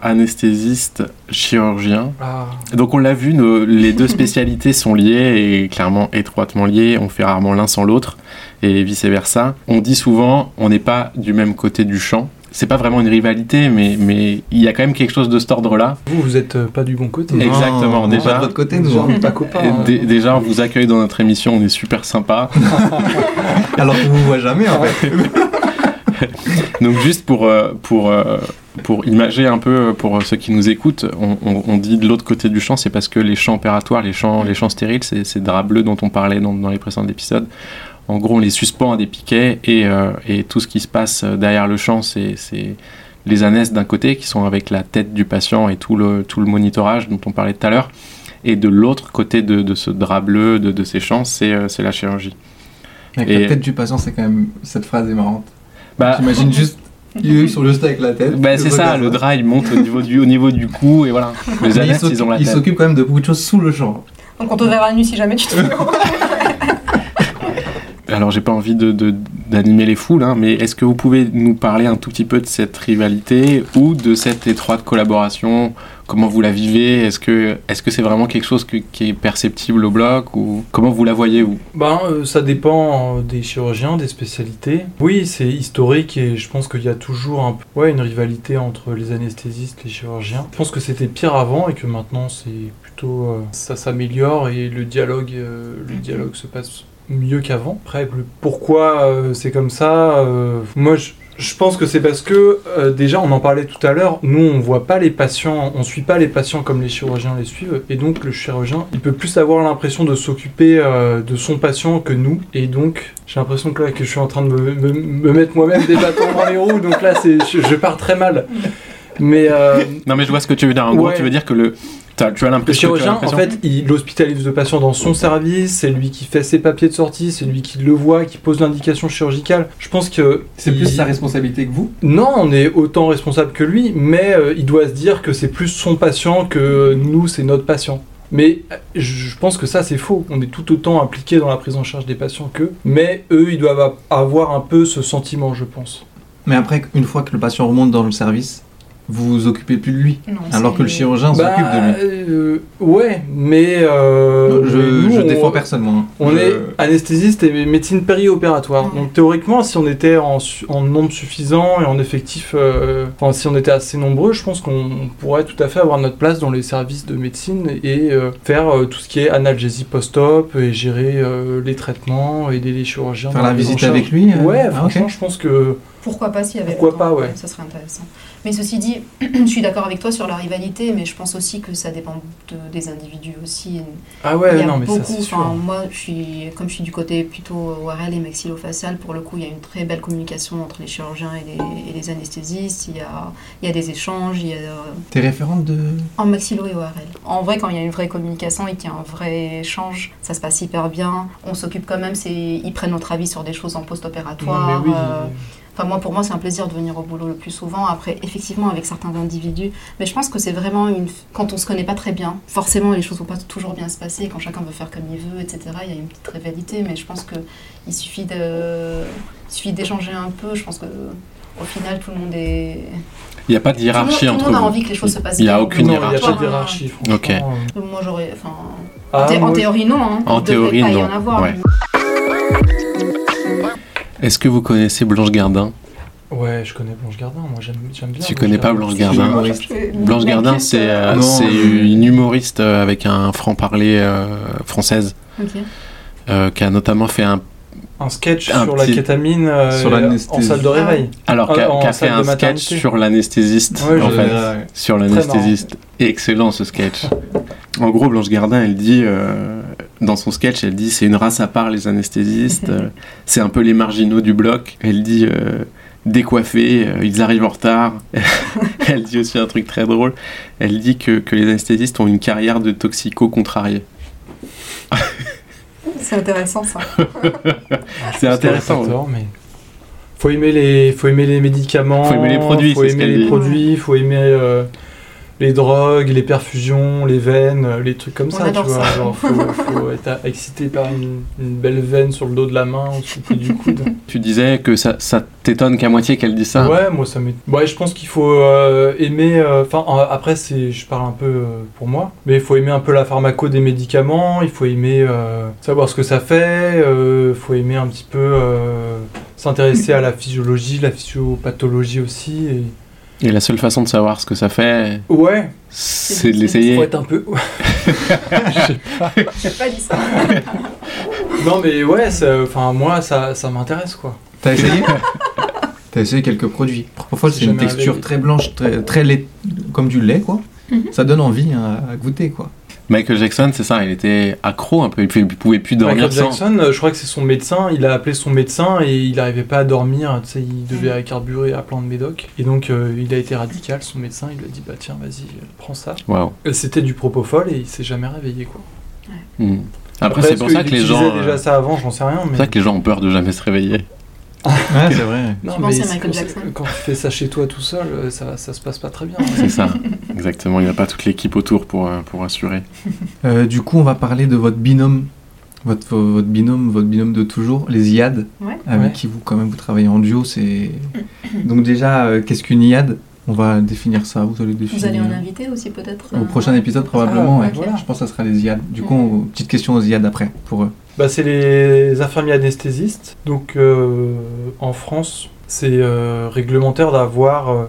anesthésiste-chirurgien. Ah, Donc on l'a vu, nos- les deux spécialités sont liées et clairement étroitement liées. On fait rarement l'un sans l'autre et vice versa. On dit souvent, on n'est pas du même côté du champ. C'est pas vraiment une rivalité, mais mais il y a quand même quelque chose de cet ordre-là. vous, vous êtes euh, pas du bon côté. Et- Exactement, on est déjà. pas de votre côté, nous. Genre, on hein. est pas copains. Et Oh. hein. dé- déjà, on vous accueille dans notre émission, on est super sympa. Alors qu'on vous voit jamais, en fait. Donc juste pour, euh, pour, euh, pour imager un peu, euh, pour ceux qui nous écoutent, on, on- on dit de l'autre côté du champ, c'est parce que les champs opératoires, les champs, les champs stériles, ces, ces draps bleus dont on parlait dans, dans les précédents épisodes, en gros on les suspend à des piquets et, euh, et tout ce qui se passe euh, derrière le champ, c'est c'est les anesthésistes d'un côté qui sont avec la tête du patient et tout le, tout le monitorage dont on parlait tout à l'heure, et de l'autre côté de, de ce drap bleu, de, de ces champs, c'est euh, c'est la chirurgie. Avec Et- la tête du patient, c'est quand même. Cette phrase est marrante. Bah, J'imagine juste. Ils sont juste avec la tête. Bah, c'est ça, le drap il monte au niveau du, au niveau du cou et voilà. Les Mais ils anesthésistes s'occupent- ils ont la ils tête. s'occupent quand même de beaucoup de choses sous le champ. Donc on te verra la nuit si jamais tu te Alors j'ai pas envie de, de- d'animer les foules, hein, mais est-ce que vous pouvez nous parler un tout petit peu de cette rivalité ou de cette étroite collaboration Comment vous la vivez Est-ce que, est-ce que c'est vraiment quelque chose que- qui est perceptible au bloc ou Comment vous la voyez vous Ben, euh, ça dépend euh, des chirurgiens, des spécialités. Oui, c'est historique et je pense qu'il y a toujours un peu- ouais, une rivalité entre les anesthésistes, les chirurgiens. Je pense que c'était pire avant et que maintenant c'est plutôt euh, ça s'améliore et le dialogue, euh, le dialogue se passe mieux qu'avant. Après, le pourquoi euh, c'est comme ça euh, Moi, je je pense que c'est parce que, euh, déjà, on en parlait tout à l'heure, nous, on voit pas les patients, on suit pas les patients comme les chirurgiens les suivent, et donc le chirurgien, il peut plus avoir l'impression de s'occuper euh, de son patient que nous, et donc, j'ai l'impression que là, que je suis en train de me, me- me mettre moi-même des bâtons dans les roues, donc là, c'est, je, je pars très mal. Mais euh, Non mais je vois ce que tu veux dire. En gros, Ouais. tu veux dire que le, t'as- tu as le l'impression. tu as chirurgien, en l'impression- fait, il hospitalise le patient dans son service, c'est lui qui fait ses papiers de sortie, c'est lui qui le voit, qui pose l'indication chirurgicale. Je pense que... C'est plus il- sa responsabilité que vous. Non, on est autant responsable que lui, mais euh, il doit se dire que c'est plus son patient que nous, c'est notre patient. Mais euh, je je pense que ça, c'est faux. On est tout autant impliqué dans la prise en charge des patients qu'eux, mais eux, ils doivent a- avoir un peu ce sentiment, je pense. Mais après, une fois que le patient remonte dans le service, vous vous occupez plus de lui. Alors que le chirurgien Bah, s'occupe de lui. euh, ouais, mais. euh, je, nous, je on- défends personne, moi. On Je- est anesthésiste et médecine périopératoire. Ouais. Donc théoriquement, si on était en, su- en nombre suffisant et en effectif, euh, enfin si on était assez nombreux, je pense qu'on on pourrait tout à fait avoir notre place dans les services de médecine et euh, faire euh, tout ce qui est analgésie post-op et gérer euh, les traitements, aider les chirurgiens. Faire dans la prise en visite charge. avec lui. euh, Ouais, ah, ok. franchement, je pense que Pourquoi pas s'il y avait Pourquoi le pas, temps, ouais. Ça serait intéressant. Mais ceci dit, je suis d'accord avec toi sur la rivalité, mais je pense aussi que ça dépend de- des individus aussi. ah il y ouais, a non mais ça beaucoup. c'est enfin, sûr. moi, je suis, comme je suis du côté plutôt euh, ORL et maxillofacial, pour le coup, il y a une très belle communication entre les chirurgiens et les, et les anesthésistes. Il y a, il y a des échanges. Il y a euh, T'es référente de. en maxillo et ORL. En vrai, quand il y a une vraie communication et qu'il y a un vrai échange, ça se passe hyper bien. On s'occupe quand même. c'est- Ils prennent notre avis sur des choses en Non, mais post-opératoire. oui, euh, Enfin, moi, pour moi, c'est un plaisir de venir au boulot le plus souvent. Après, effectivement, avec certains individus. Mais je pense que c'est vraiment une. Quand on se connaît pas très bien, forcément, les choses vont pas toujours bien se passer. Quand chacun veut faire comme il veut, etc., il y a une petite rivalité. Mais je pense qu'il suffit de... il suffit d'échanger un peu. Je pense que. Au final, tout le monde est. Il n'y a pas de Tout le monde, hiérarchie tout le entre monde a vous. envie que les choses se passent Il y a bien. aucune non, Donc, il n'y a pas hiérarchie. de hiérarchie, franchement. Ok. Euh, Moi, j'aurais. Enfin, ah, en thé- en moi, théorie, non. Hein. En Il devrait théorie, pas y non. en avoir. Ouais. mais- Est-ce que vous connaissez Blanche Gardin Ouais, je connais Blanche Gardin, moi j'aime j'aime bien. Tu connais pas Blanche Gardin Humoriste. Blanche Gardin, c'est euh, Non. c'est une humoriste euh, avec un franc-parler euh, française Ok. euh, qui a notamment fait un. Un sketch Un sur la petit- kétamine euh, Sur l'anesthésie. en salle de réveil. Alors, Ah, qui a, en qui a fait salle un de sketch maternité. sur l'anesthésiste, Ouais, en je- fait. ouais. Sur l'anesthésiste. Excellent ce sketch. En gros, Blanche Gardin, elle dit, euh, dans son sketch, elle dit c'est une race à part les anesthésistes, euh, c'est un peu les marginaux du bloc. Elle dit euh, décoiffés, euh, ils arrivent en retard. elle dit aussi un truc très drôle elle dit que, que les anesthésistes ont une carrière de toxico contrariés. C'est intéressant ça. C'est intéressant. Parce qu'elle a pas tort, mais faut aimer les faut aimer les médicaments, Faut aimer les produits, faut c'est ce aimer qu'elle les dit. produits, faut aimer euh, les drogues, les perfusions, les veines, euh, les trucs comme On ça, tu adore vois. ça. Genre, faut, faut être excité par une, une belle veine sur le dos de la main, ou sous le pli du coude. Tu disais que ça, ça t'étonne qu'à moitié qu'elle dise ça. Ouais, moi ça m'est. Ouais, je pense qu'il faut euh, aimer. euh, Enfin, euh, après, c'est, je parle un peu euh, pour moi, mais il faut aimer un peu la pharmaco des médicaments. Il faut aimer euh, savoir ce que ça fait. Il faut aimer un petit peu euh, s'intéresser à la physiologie, la physiopathologie aussi. et- Et la seule façon de savoir ce que ça fait, Ouais. c'est de Faut l'essayer. être un peu. J'ai pas dit ça. non, mais ouais. ça- Enfin, moi, ça, ça m'intéresse quoi. T'as essayé T'as essayé quelques produits. Parfois, c'est une Jamais texture arrivé. très blanche, très, très lait, comme du lait, quoi. Mhm. Ça donne envie hein, à goûter, quoi. Michael Jackson, c'est ça, il était accro un peu, il pouvait, il pouvait plus dormir Michael sans. Jackson, euh, je crois que c'est son médecin. Il a appelé son médecin et il n'arrivait pas à dormir. Tu sais, il devait carburer à plein de médocs. Et donc, euh, il a été radical. Son médecin, il lui a dit Bah, tiens, vas-y, euh, prends ça. Waouh. Et C'était du propos folle et il s'est jamais réveillé, quoi. Hmm. Après, c'est est-ce pour ça qu'il que les utilisait gens, euh, déjà c'est ça avant, j'en sais rien. pour Mais... ça que les gens ont peur de jamais se réveiller. Ouais, c'est vrai. Non, Je pense à c'est Michael quand- Jackson. Quand tu fais ça chez toi tout seul, euh, ça, ça se passe pas très bien. C'est ça, exactement. Il n'y a pas toute l'équipe autour pour, euh, pour assurer. Euh, du coup, on va parler de votre binôme, votre, votre binôme, votre binôme de toujours, les IAD, Ouais. avec Ouais. qui vous quand même vous travaillez en duo. C'est donc déjà, euh, qu'est-ce qu'une IAD On va définir ça. Vous allez définir. Vous allez en inviter aussi peut-être euh, Au euh, prochain épisode probablement. Ah, ouais. ok. voilà. Je pense que ça sera les IAD. Du coup, on- petite question aux IAD après pour eux. Bah, c'est les infirmiers anesthésistes. Donc, euh, en France, c'est euh, réglementaire d'avoir, euh,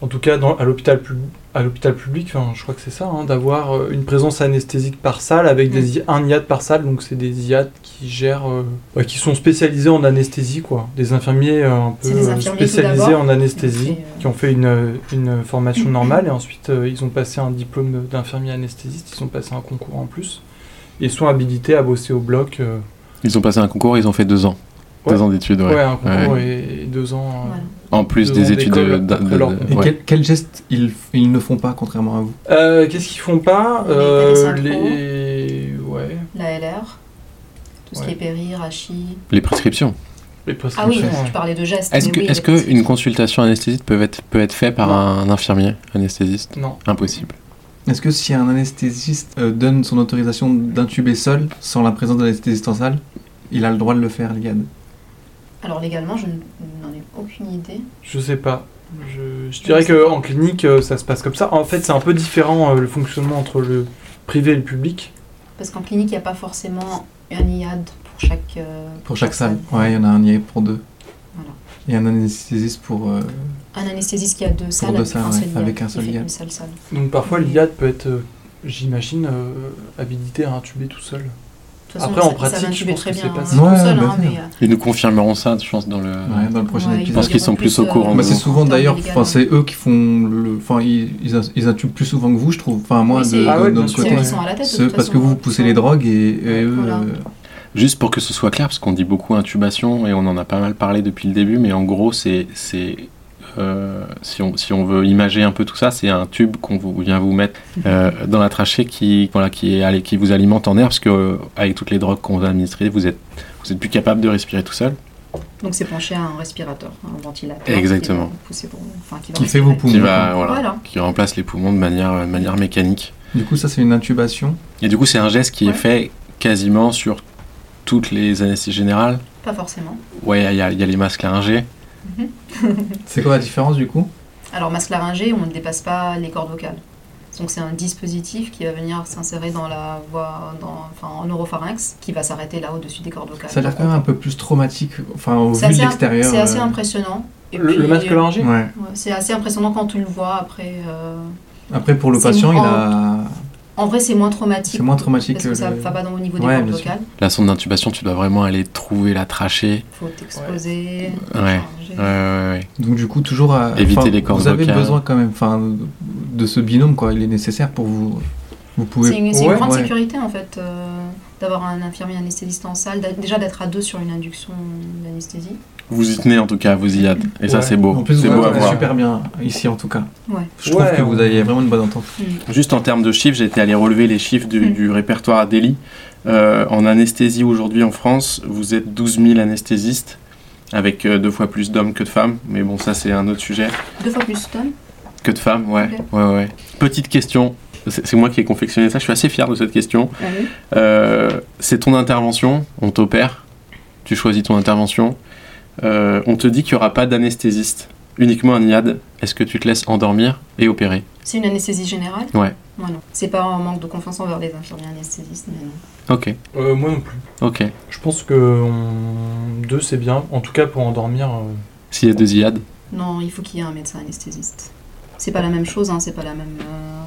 en tout cas dans, à l'hôpital pub- à l'hôpital public, enfin, je crois que c'est ça, hein, d'avoir euh, une présence anesthésique par salle avec Mm. des, i- un IAD par salle. Donc, c'est des IAD qui gèrent, euh, bah, qui sont spécialisés en anesthésie, quoi. Des infirmiers euh, un peu C'est des euh, infirmiers tout spécialisés d'abord. en anesthésie Et puis, euh, qui ont fait une, une formation normale et ensuite euh, ils ont passé un diplôme d'infirmier anesthésiste, ils ont passé un concours en plus et sont habilités à bosser au bloc. euh, Ils ont passé un concours, ils ont fait deux ans. Ouais. Deux ans d'études, ouais. Ouais, un concours Ouais. et, et deux ans. euh, Voilà. En plus Deux des ans études de, d'école après de- de- leur de- Et ouais. quel, quel geste ils, f- ils ne font pas contrairement à vous Euh, Qu'est-ce qu'ils font pas Les Euh, palissades Les. Ouais. La LR, tout ce Ouais. qui est péri, rachis. Les prescriptions. Les Ah oui, prescriptions. tu parlais de gestes. Est-ce mais que, oui, est-ce les que prescriptions. une consultation anesthésiste peut être, peut être faite par Non. un infirmier anesthésiste Non. Impossible. Est-ce que si un anesthésiste euh, donne son autorisation d'intuber seul, sans la présence d'un anesthésiste en salle, il a le droit de le faire, l'IAD Alors légalement, je n'en ai aucune idée. Je sais pas. Je, je dirais que en clinique, euh, ça se passe comme ça. En fait, c'est un peu différent euh, le fonctionnement entre le privé et le public. Parce qu'en clinique, il n'y a pas forcément un IAD pour chaque. euh, Pour chaque salle Ouais, il y en a un IAD pour deux. Voilà. Et un anesthésiste pour. euh, Un anesthésiste qui a deux salles, deux avec, salles, un ouais, seul IAD, avec un il seul fait IAD. Une seule salle. Donc parfois, l'IAD peut être, euh, j'imagine, euh, habilité à intuber tout seul. De toute façon, Après, en ça- ça va pratique, je intuber pense très que c'est bien, pas hein, si- tout Ouais, seul, bah hein, ouais. mais, euh, Ils nous confirmeront ça, je pense, dans le. ouais, dans le prochain ouais, ils épisode. pense diront qu'ils sont plus au euh, courant. Bah, Euh, c'est Ouais. souvent en termes d'ailleurs, légal, enfin, hein. c'est eux qui font le. Enfin, ils, ils, ins- ils intubent plus souvent que vous, je trouve. Enfin, moi, Oui, de, c'est- de Ah ouais, bien notre sûr. C'est côté. eux qui sont à la tête. de C'est toute parce que façon, vous hein, poussez ils les sont- drogues et, et eux. Voilà. euh, Juste pour que ce soit clair, parce qu'on dit beaucoup intubation et on en a pas mal parlé depuis le début, mais en gros, c'est. c'est, euh, si, on, si on veut imager un peu tout ça, c'est un tube qu'on vous, vient vous mettre euh, dans la trachée qui, voilà, qui, est, allez, qui vous alimente en air, parce que euh, avec toutes les drogues qu'on vous a administrées, vous êtes, vous êtes plus capable de respirer tout seul. Donc c'est penché à un respirateur, un ventilateur. Exactement. Qui va, pousser pour- enfin, qui va Qui fait respirer. vos poumons. qui va voilà, Voilà. qui remplace les poumons de manière, de manière mécanique. Du coup, ça, c'est une intubation. Et du coup, c'est un geste qui est Ouais. fait quasiment sur toutes les anesthésies générales. Pas forcément. Ouais, il y, a il y a les masques laryngés. C'est quoi la différence du coup Alors masque laryngé, on ne dépasse pas les cordes vocales. Donc c'est un dispositif qui va venir s'insérer dans la voix, dans, enfin, en neuropharynx, qui va s'arrêter là au-dessus des cordes vocales. Ça a l'air quand même un peu plus traumatique, enfin au C'est vu de assez, l'extérieur. c'est assez euh, impressionnant. Et Le, le puis, euh, masque laryngé Ouais. ouais, C'est assez impressionnant quand tu le vois après. euh, Après, pour le C'est patient, il une a. En vrai, c'est moins traumatique. C'est moins traumatique Parce que, que ça le- va pas dans, au niveau des Ouais, cordes bien sûr. vocales. La sonde d'intubation, tu dois vraiment aller trouver la trachée. Faut t'exposer. Ouais. changer. Ouais, ouais, ouais. Donc du coup, toujours à... Éviter enfin, les cordes Vous avez vocales. besoin quand même, enfin, de ce binôme quoi. Il est nécessaire pour vous. Vous pouvez. C'est une, c'est une Ouais, grande ouais. sécurité en fait euh, d'avoir un infirmier anesthésiste en salle, d'a- déjà d'être à deux sur une induction d'anesthésie. Vous y tenez en tout cas, vous y êtes. Et ça, Ouais. c'est beau. En plus, vous c'est beau à vous voir. super bien ici en tout cas. Ouais. Je trouve Ouais, que vous on- avez vraiment une bonne entente. Juste en termes de chiffres, j'ai été allé relever les chiffres du, Mm. du répertoire à Delhi. Euh, en anesthésie aujourd'hui en France, vous êtes 12 000 anesthésistes, avec euh, deux fois plus d'hommes que de femmes. Mais bon, ça c'est un autre sujet. Deux fois plus d'hommes. Que de femmes, ouais. Ok. ouais, ouais. Petite question, c'est c'est moi qui ai confectionné ça, je suis assez fier de cette question. Allez. Euh, c'est ton intervention, on t'opère, tu choisis ton intervention, Euh, on te dit qu'il n'y aura pas d'anesthésiste, uniquement un IAD. Est-ce que tu te laisses endormir et opérer C'est une anesthésie générale Ouais. Moi non. C'est pas un manque de confiance envers les infirmiers anesthésistes, mais non. Ok, Euh, Moi non plus. ok. Je pense que on- deux, c'est bien. En tout cas, pour endormir. euh, S'il y a deux IAD, Non, il faut qu'il y ait un médecin anesthésiste. C'est pas la même chose, hein, c'est pas la même. euh,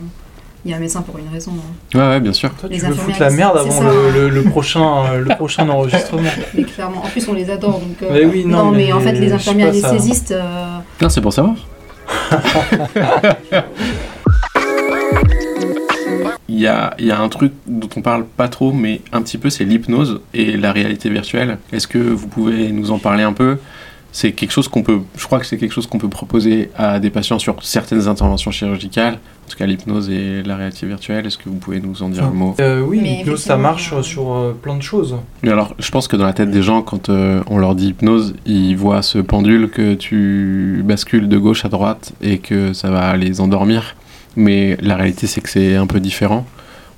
Il y a un médecin pour une raison. hein. ouais, ouais, bien sûr. Toi, Les tu veux infirmières, foutre la merde c'est avant ça. le, le- le prochain, euh, le prochain enregistrement. Mais clairement, en plus on les adore donc. euh, Mais oui, non, mais, mais en fait je les sais infirmiers pas, ça- hein. anesthésistes. euh, Non, c'est pour savoir. Il y, a, il y a un truc dont on parle pas trop, mais un petit peu, c'est l'hypnose et la réalité virtuelle. Est-ce que vous pouvez nous en parler un peu C'est quelque chose qu'on peut, je crois que c'est quelque chose qu'on peut proposer à des patients sur certaines interventions chirurgicales. En tout cas, l'hypnose et la réalité virtuelle. Est-ce que vous pouvez nous en dire un mot Euh, oui, Mais l'hypnose, ça effectivement, marche euh, euh, sur euh, plein de choses. Et Alors, je pense que dans la tête des gens, quand euh, on leur dit hypnose, ils voient ce pendule que tu bascules de gauche à droite et que ça va les endormir. Mais la réalité, c'est que c'est un peu différent.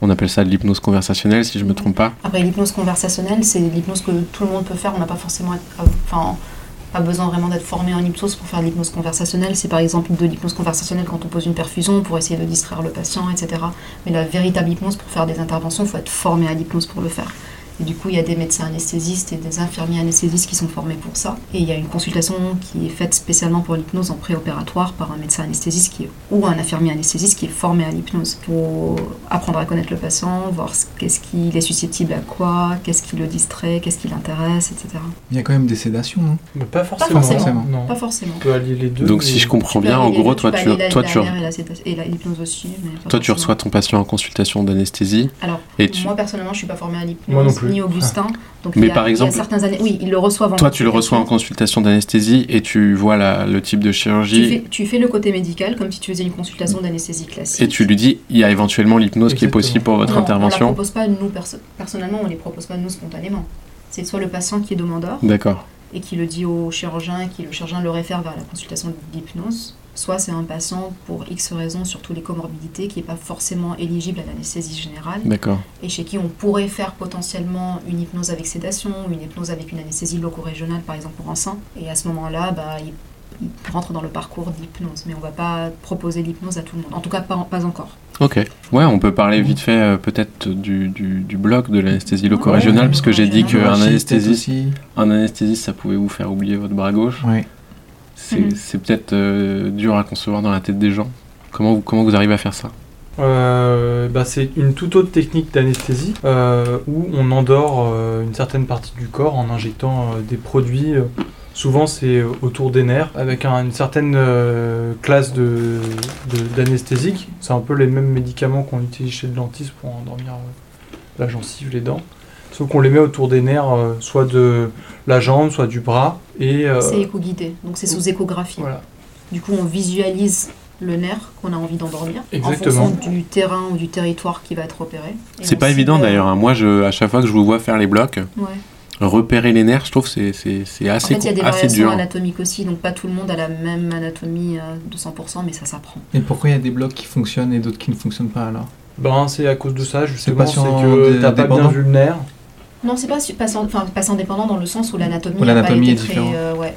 On appelle ça de l'hypnose conversationnelle, si je me trompe pas. Après, l'hypnose conversationnelle, c'est l'hypnose que tout le monde peut faire. On n'a pas forcément, enfin, pas besoin vraiment d'être formé en hypnose pour faire de l'hypnose conversationnelle. C'est par exemple de l'hypnose conversationnelle quand on pose une perfusion pour essayer de distraire le patient, etc. Mais la véritable hypnose pour faire des interventions, il faut être formé à l'hypnose pour le faire. Et du coup, il y a des médecins anesthésistes et des infirmiers anesthésistes qui sont formés pour ça. Et il y a une consultation qui est faite spécialement pour l'hypnose en préopératoire par un médecin anesthésiste qui est, ou un infirmier anesthésiste qui est formé à l'hypnose pour apprendre à connaître le patient, voir ce- qu'est-ce qu'il est susceptible à quoi, qu'est-ce qui le distrait, qu'est-ce qui l'intéresse, etc. Il y a quand même des sédations, non Mais pas forcément. hein. forcément. Non. Pas forcément. On peut allier les deux. Donc, mais- si je comprends Tu peux bien, en allier les gros, deux, toi, tu, peux allier la toi, tu, dernière et la séda- et la- l'hypnose aussi. mais pas toi, tu forcément. reçois ton patient en consultation d'anesthésie. Alors, Et tu- moi personnellement, je suis pas formée à Moi non l'hypnose plus. Ah. ni Augustin. Donc, Mais il y a- par il y a exemple- certaines années, oui, ils le reçoivent. en Toi, tu le consultation. reçois en consultation d'anesthésie et tu vois la- le type de chirurgie Tu fais, tu fais le côté médical comme si tu faisais une consultation d'anesthésie classique. et tu lui dis il y a éventuellement l'hypnose qui est Exactement. possible pour votre Non, On la intervention. propose pas nous perso- personnellement, on les propose pas nous spontanément. C'est soit le patient qui est demandeur D'accord. et qui le dit au chirurgien et qui le chirurgien le réfère vers la consultation d'hypnose, soit c'est un patient pour X raisons, surtout les comorbidités, qui n'est pas forcément éligible à l'anesthésie générale D'accord. et chez qui on pourrait faire potentiellement une hypnose avec sédation, une hypnose avec une anesthésie loco-régionale, par exemple pour un sein. Et à ce moment-là, bah, il, il rentre dans le parcours d'hypnose. Mais on va pas proposer l'hypnose à tout le monde. En tout cas, pas, en- pas encore. Ok. Ouais, on peut parler vite fait euh, peut-être du, du, du bloc de l'anesthésie loco-régionale, Ouais, parce que j'ai dit Que qu'un anesthésiste, aussi. un anesthésiste, ça pouvait vous faire oublier votre bras gauche. Ouais. C'est Mhm. c'est peut-être euh, dur à concevoir dans la tête des gens. Comment vous, comment vous arrivez à faire ça Euh, bah, c'est une toute autre technique d'anesthésie euh, où on endort euh, une certaine partie du corps en injectant euh, des produits. euh, souvent, c'est euh, autour des nerfs avec un- une certaine euh, classe de, de- d'anesthésiques. C'est un peu les mêmes médicaments qu'on utilise chez le dentiste pour endormir euh, la gencive, les dents. Sauf qu'on les met autour des nerfs, euh, soit de la jambe, soit du bras. Et euh, C'est éco-guidé, donc c'est sous échographie. voilà. Du coup, on visualise le nerf qu'on a envie d'endormir Exactement. en fonction du terrain ou du territoire qui va être opéré. Et C'est on pas cible- évident d'ailleurs. hein. Moi, je, à chaque fois que je vous vois faire les blocs, Ouais. repérer les nerfs, je trouve que c'est- c'est c'est En assez, fait, il y a des co- assez variations dur. anatomiques aussi, donc pas tout le monde a la même anatomie euh, à 200%, mais ça s'apprend. Et pourquoi il y a des blocs qui fonctionnent et d'autres qui ne fonctionnent pas alors Ben, c'est à cause de ça, justement, c'est patient que dé- t'as pas bien dépendant. vu le nerf. Non, c'est pas su- passant, enfin, passant dépendant dans le sens où l'anatomie Où n'a pas l'anatomie été est très. différente. euh, ouais.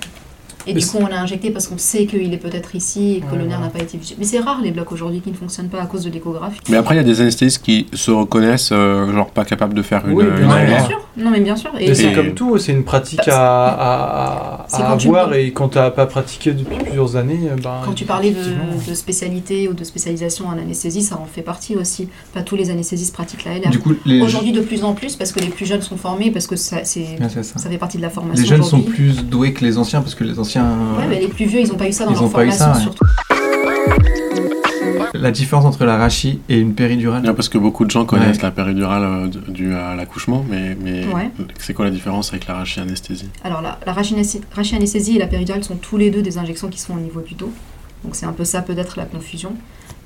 Et Mais du c'est- coup, on l'a injecté parce qu'on sait qu'il est peut-être ici et que Ouais, le nerf ouais. n'a pas été visé. Mais c'est rare les blocs aujourd'hui qui ne fonctionnent pas à cause de l'échographie. Mais après, il y a des anesthésistes qui se reconnaissent, euh, genre pas capables de faire une, Oui, une bien Non, mais Ouais. Ah. bien ALR. sûr. Non, mais bien sûr. Et Mais c'est Et- comme tout, c'est une pratique Bah, c'est- à, à- à- C'est à quand tu avoir peux. et quand t'as pas pratiqué depuis plusieurs années, ben, Quand tu parlais effectivement. de, de spécialité ou de spécialisation en anesthésie, ça en fait partie aussi. Pas tous les anesthésistes pratiquent la LR. Du coup, les, Aujourd'hui, de plus en plus, parce que les plus jeunes sont formés, parce que ça, c'est, Ouais, c'est ça. ça fait partie de la formation. les jeunes sont aujourd'hui. plus doués que les anciens parce que les anciens. Ouais, mais les plus vieux, ils n'ont pas eu ça dans Ils leur ont pas eu formation, ça, ouais. surtout. La différence entre la rachis et une péridurale. Non, parce que beaucoup de gens connaissent la péridurale euh, d- due à l'accouchement, mais, mais Ouais. c'est quoi la différence avec la rachis anesthésie Alors, la, la rachianesthésie rachianesthésie et la péridurale sont tous les deux des injections qui sont au niveau du dos. Donc, c'est un peu ça, peut-être, la confusion.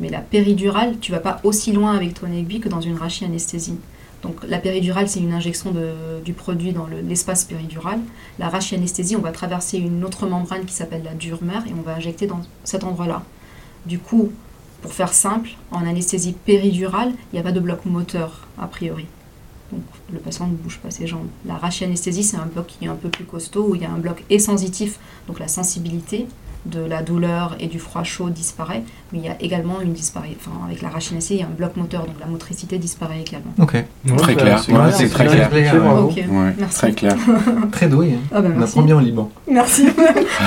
Mais la péridurale, tu vas pas aussi loin avec ton aiguille que dans une rachianesthésie. Donc, la péridurale, c'est une injection de- du produit dans le- l'espace péridural. La rachianesthésie, on va traverser une autre membrane qui s'appelle la durmère et on va injecter dans cet endroit-là. Du coup, pour faire simple, en anesthésie péridurale, il n'y a pas de bloc moteur, a priori. Donc le patient ne bouge pas ses jambes. La rachianesthésie, c'est un bloc qui est un peu plus costaud, où il y a un bloc et sensitif, donc la sensibilité de la douleur et du froid chaud disparaît, mais il y a également une disparition. Enfin, avec la rachianesthésie, il y a un bloc moteur, donc la motricité disparaît également. Ok, Très bah, clair. c'est Ouais, c'est très bien clair. expliqué, Ouais. bravo. Ok, Ouais, merci. très clair. très doué. hein. Ah bah, On merci. apprend bien au Liban. Merci. Faut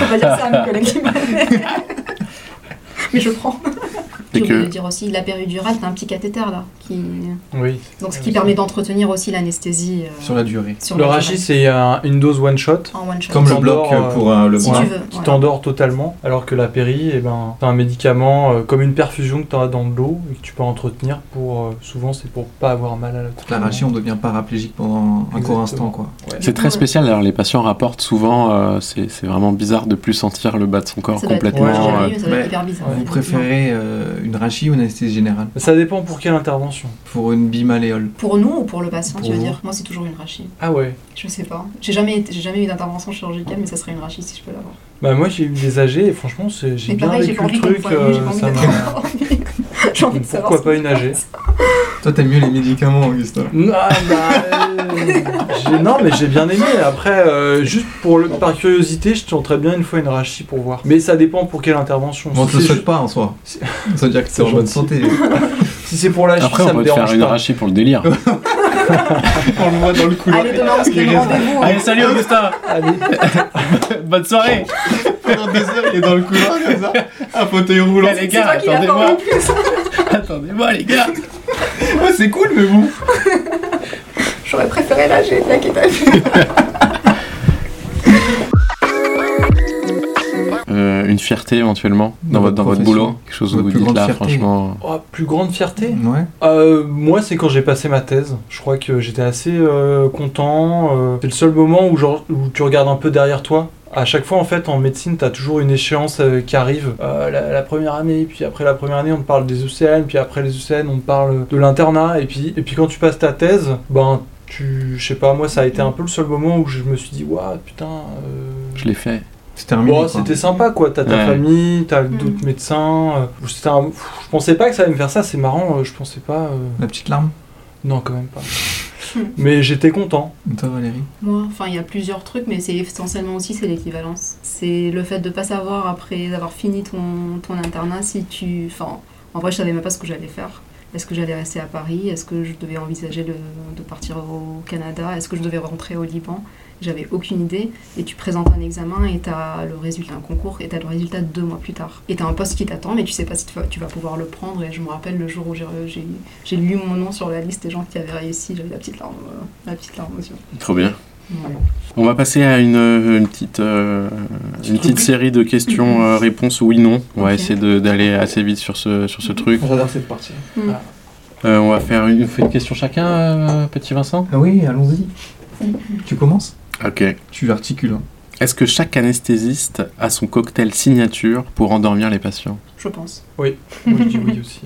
pas dire ça à mes collègues qui m'aiment. Mais je prends. Et J'ai oublié que- de dire aussi, la péridurale, t'as un petit cathéter là, qui... Oui. donc ce qui permet d'entretenir aussi l'anesthésie euh, Sur la durée. sur Le la rachis, durée. c'est un- une dose one shot en one shot. Comme le t'endors, bloc euh, euh, pour euh, le si bras. tu veux. qui voilà. t'endors totalement, alors que la péri, eh ben, c'est un médicament euh, comme une perfusion que tu as dans de l'eau et que tu peux entretenir pour. euh, souvent, c'est pour pas avoir mal à la La rachis, on devient paraplégique pendant un court Exactement. instant. quoi. C'est très spécial, d'ailleurs, les patients rapportent souvent, euh, c'est c'est vraiment bizarre de plus sentir le bas de son corps Ça doit être- complètement. Ouais, j'ai euh, j'ai jamais eu, ça doit être ouais. hyper bizarre. Vous préférez euh, une rachis ou une anesthésie générale Ça dépend pour quelle intervention. Pour une bimaléole. Pour nous ou pour le patient, Pour tu veux vous. dire Moi, c'est toujours une rachis. Ah ouais Je sais pas. J'ai jamais, été- j'ai jamais eu d'intervention chirurgicale, mais ça serait une rachis si je peux l'avoir. Bah, moi, j'ai eu des AG et franchement, c'est- j'ai Mais bien pareil, j'ai vécu pas envie le qu'on me truc. poigne, j'ai euh, pas envie ça d'être m'a- endormie. J'ai envie de Pourquoi savoir. ce pas qui une se AG passe. Toi, t'aimes mieux les médicaments, hein, Augustin. Ah, bah, euh, j'ai- non mais j'ai bien aimé. Après, euh, juste pour le, par curiosité, je tenterais bien une fois une rachis pour voir. Mais ça dépend pour quelle intervention. Bon, on Si te le c'est souhaite pas en soi. C'est- Ça veut dire que C'est c'est en bonne gentil. santé. juste- si c'est pour la chie, Après, ça on me peut te faire dérange une pas. rachis pour le délire. on le voit dans le couloir. Allez, demain, on se donne rendez-vous. hein. salut Augustin Allez. Bonne soirée Pendant deux heures, il est dans le couloir comme ça. Un Ah, fauteuil roulant. les C'est gars, toi qui l'as attendez-moi. formé le plus. Attendez-moi, les gars Ouais, c'est cool, mais bon. J'aurais préféré la G, t'inquiète. Euh, Une fierté éventuellement dans, Dans votre, dans votre votre profession. boulot Quelque chose où Votre vous plus dites grande là, fierté. franchement. Oh, plus grande fierté Ouais. Euh, moi, c'est quand j'ai passé ma thèse. Je crois que j'étais assez euh, content. euh, c'est le seul moment où, genre, où tu regardes un peu derrière toi. À chaque fois, en fait, en médecine, t'as toujours une échéance euh, qui arrive. Euh, la, la première année, puis après la première année, on te parle des ECN, puis après les ECN, on te parle de l'internat. Et puis, et puis quand tu passes ta thèse, ben, tu, je sais pas, moi, ça a été un peu le seul moment où je me suis dit, waouh, putain. euh, Je l'ai fait. C'était un Bon, mini, quoi. c'était sympa quoi, t'as ta Ouais. famille, t'as Mm. d'autres médecins. euh, c'était un- pff, Je pensais pas que ça allait me faire ça, c'est marrant, euh, je pensais pas. euh, La petite larme. Non, quand même pas. Mais j'étais content. Et Toi, Valérie. Moi, enfin, il y a plusieurs trucs, mais c'est essentiellement aussi c'est l'équivalence. C'est le fait de pas savoir après avoir fini ton, ton internat si tu, enfin, en vrai, je savais même pas ce que j'allais faire. Est-ce que j'allais rester à Paris Est-ce que je devais envisager de, de partir au Canada Est-ce que je devais rentrer au Liban J'avais aucune idée. Et tu présentes un examen et t'as le résultat, un concours, et t'as le résultat deux mois plus tard. Et t'as un poste qui t'attend, mais tu sais pas si tu vas, tu vas pouvoir le prendre. Et je me rappelle le jour où j'ai j'ai- j'ai lu mon nom sur la liste des gens qui avaient réussi, j'avais la petite larme, euh, la petite larme aux yeux. Trop bien. Ouais. On va passer à une, euh, une petite, euh, une petite série de euh, questions-réponses oui-non. On va Ok. essayer de- d'aller assez vite sur ce, sur ce truc. J'adore cette partie. Euh, on va faire une, on fait une question chacun, euh, petit Vincent Ah oui, allons-y. tu commences Ok. Tu articules. hein. Est-ce que chaque anesthésiste a son cocktail signature pour endormir les patients Je pense. Moi, je dis oui aussi.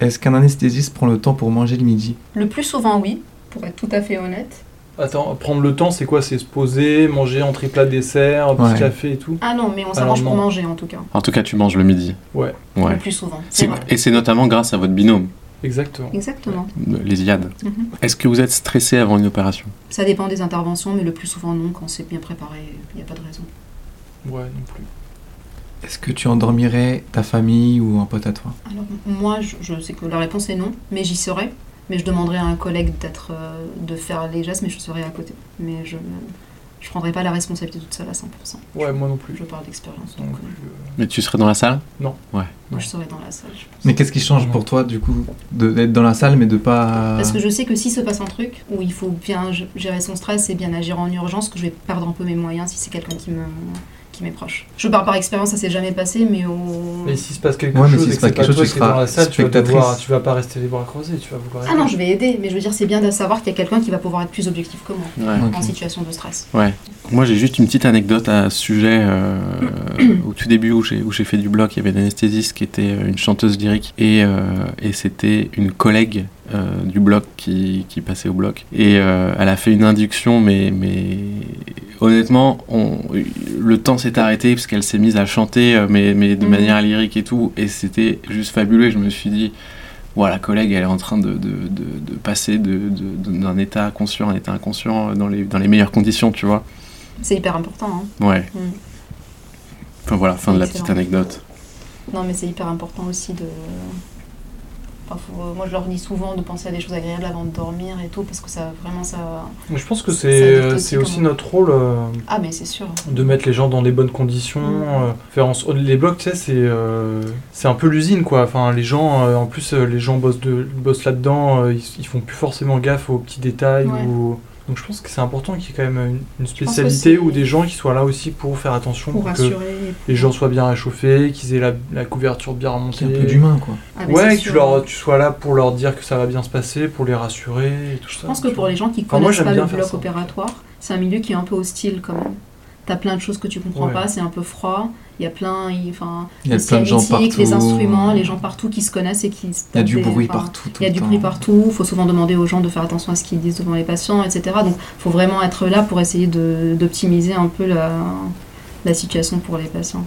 Est-ce qu'un anesthésiste prend le temps pour manger le midi Le plus souvent, oui, pour être tout à fait honnête. Attends, prendre le temps, c'est quoi C'est se poser, manger entrée plat dessert, petit Ouais. café et tout. Ah non, mais on Alors s'arrange pour non. manger en tout cas, En tout cas, tu manges le midi. Ouais. Ouais. le plus souvent. C'est- C'est vrai. Et c'est notamment grâce à votre binôme, Exactement. Exactement. les IAD. Mhm. Est-ce que vous êtes stressé avant une opération Ça dépend des interventions, mais le plus souvent non, quand c'est bien préparé, il n'y a pas de raison. Ouais, non plus. Est-ce que tu endormirais ta famille ou un pote à toi Alors m- moi, je, je sais que la réponse est non, mais j'y serai. Mais je demanderai à un collègue d'être, euh, de faire les gestes, mais je serai à côté. Mais je ne prendrai pas la responsabilité toute seule à 100%. Ouais, moi non plus. Je parle d'expérience, Non donc plus, euh, euh, Mais tu serais dans la salle moi je serai dans la salle. je pense. Mais qu'est-ce qui change pour toi, du coup, de- d'être dans la salle mais de pas. Parce que Euh. je sais que si se passe un truc où il faut bien g- gérer son stress et bien agir en urgence, que je vais perdre un peu mes moyens si c'est quelqu'un qui me qui m'est proche. Je parle par expérience, ça s'est jamais passé, mais au... Mais s'il se passe quelque Ouais, mais chose, s'il et se que passe c'est pas quelque chose, toi tu qui es dans seras la salle, tu vas, spectatrice. devoir- tu vas pas rester les bras croisés, tu vas vouloir. Ah non, je vais aider, mais je veux dire, c'est bien de savoir qu'il y a quelqu'un qui va pouvoir être plus objectif que moi Ouais. Ah, Ok. en situation de stress. Moi, j'ai juste une petite anecdote à ce sujet. euh, au tout début, où j'ai, où j'ai fait du blog, il y avait une anesthésiste qui était euh, une chanteuse lyrique et, euh, et c'était une collègue euh, du blog qui, qui passait au blog. Et euh, elle a fait une induction, mais, mais honnêtement, on- le temps s'est arrêté parce qu'elle s'est mise à chanter, euh, mais, mais de Mhm. manière lyrique et tout. Et c'était juste fabuleux. Je me suis dit. Voilà, collègue, elle est en train de, de- de- de passer de- de- de- d'un état conscient à un état inconscient euh, dans les, dans les meilleures conditions, tu vois. C'est hyper important. hein. Ouais. Mm. Enfin voilà, fin de la Excellent. petite anecdote. Non, mais c'est hyper important aussi de. Enfin, faut- Moi, je leur dis souvent de penser à des choses agréables avant de dormir et tout, parce que ça, vraiment, ça. Mais je pense que Ça c'est euh, dicte aussi c'est aussi comment- notre rôle euh, Ah, mais c'est sûr. de mettre les gens dans les bonnes conditions. Mhm. euh, faire en so- les blocs, tu sais, c'est euh, c'est un peu l'usine quoi. Enfin, les gens, euh, en plus, euh, les gens bossent, de, bossent là-dedans, euh, ils, ils font plus forcément gaffe aux petits détails. Ouais. ou- Donc je pense que c'est important qu'il y ait quand même une, une que spécialité c'est- ou des gens qui soient là aussi pour faire attention, Pour pour que rassurer. les gens soient bien réchauffés, qu'ils aient la, la couverture bien remontée. C'est un peu d'humain, quoi. Ah, mais Ouais, c'est que tu, sûr. leur, tu sois là pour leur dire que ça va bien se passer, pour les rassurer et tout ça. Je pense que pour les gens qui Enfin, moi, connaissent j'aime pas bien le faire bloc ça. opératoire, c'est un milieu qui est un peu hostile quand même. T'as plein de choses que tu comprends Ouais. pas, c'est un peu froid, il y a plein. il- Enfin, Il y a les plein de gens partout. scientifiques, les instruments, les gens partout qui se connaissent et qui. se Il y a du tapent des- bruit enfin, partout. hein. tout Il y a le du temps. bruit partout, il faut souvent demander aux gens de faire attention à ce qu'ils disent devant les patients, etc. Donc il faut vraiment être là pour essayer de- d'optimiser un peu la, la situation pour les patients.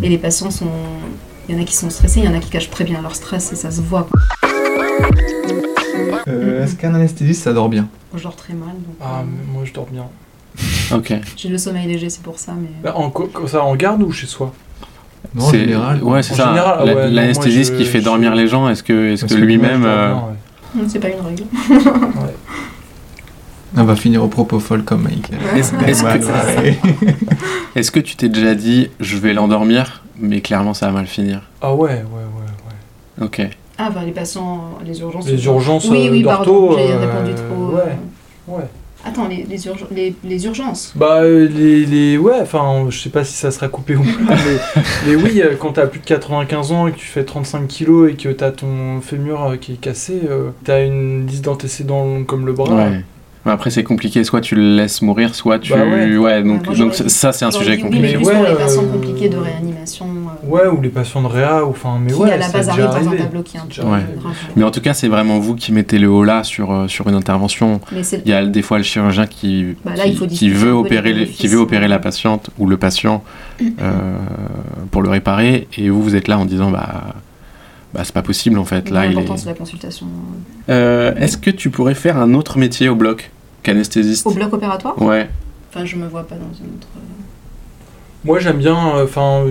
Et les patients sont. Il y en a qui sont stressés, il y en a qui cachent très bien leur stress et ça se voit. quoi. Euh, Est-ce qu'un anesthésiste, ça dort bien Moi, Je dors très mal, donc Ah, euh, mais moi je dors bien. Ok. j'ai le sommeil léger, c'est pour ça. Mais... Bah, en, co- co- ça en garde ou chez soi Non, en C'est- général. Ouais, c'est En ça. général, ah La- ouais, non, L'anesthésiste moi, qui je- fait je- dormir les gens, est-ce que, est-ce Parce que que lui-même. Moi, je euh, dors bien, ouais. Hum, C'est pas une règle. On va finir au propos folle comme Mike. Est-ce est-ce Ouais, que, ouais. est-ce que tu t'es déjà dit, je vais l'endormir, mais clairement ça va mal finir Ah ouais, ouais, ouais, ouais. Ok. Ah, bah les patients, les urgences. Les urgences Oui, euh, oui, d'ortho, pardon, j'ai euh, répondu trop. Ouais, ouais. Attends, les, les, urgen- les, les urgences. Bah, euh, les, les. Ouais, enfin, je sais pas si ça sera coupé ou pas, mais, mais oui, euh, quand t'as plus de 95 ans et que tu fais 35 kilos et que t'as ton fémur euh, qui est cassé, euh, t'as une liste d'antécédents comme le bras. Ouais. Mais après, c'est compliqué. Soit tu le laisses mourir, soit tu. Bah ouais. donc, Ouais, moi, donc j'aurais dit- ça, c'est un J'aurais sujet dit compliqué. Oui, mais Mais plus pour ouais, les patients euh, compliqués de réanimation. euh, Ouais, ou les patients de réa, ou enfin, mais qui ouais, à la ça base a arrive déjà dans un arrivé. tableau qui est un peu C'est déjà Ouais. arrivé. grave. Mais en tout cas, c'est vraiment vous qui mettez le haut là sur, euh, sur une intervention. Mais c'est Il y a des fois le chirurgien qui, Bah là, qui- il faut qui discuter veut un peu opérer des les- qui veut bénéfices. Mm-hmm. opérer la patiente ou le patient euh, pour le réparer et vous vous êtes là en disant bah bah c'est pas possible en fait là il l'importance de est. la consultation. euh, Euh, Est-ce que tu pourrais faire un autre métier au bloc qu'anesthésiste Au bloc opératoire Ouais. Enfin, je me vois pas dans une autre. euh, Moi, j'aime bien, euh, enfin,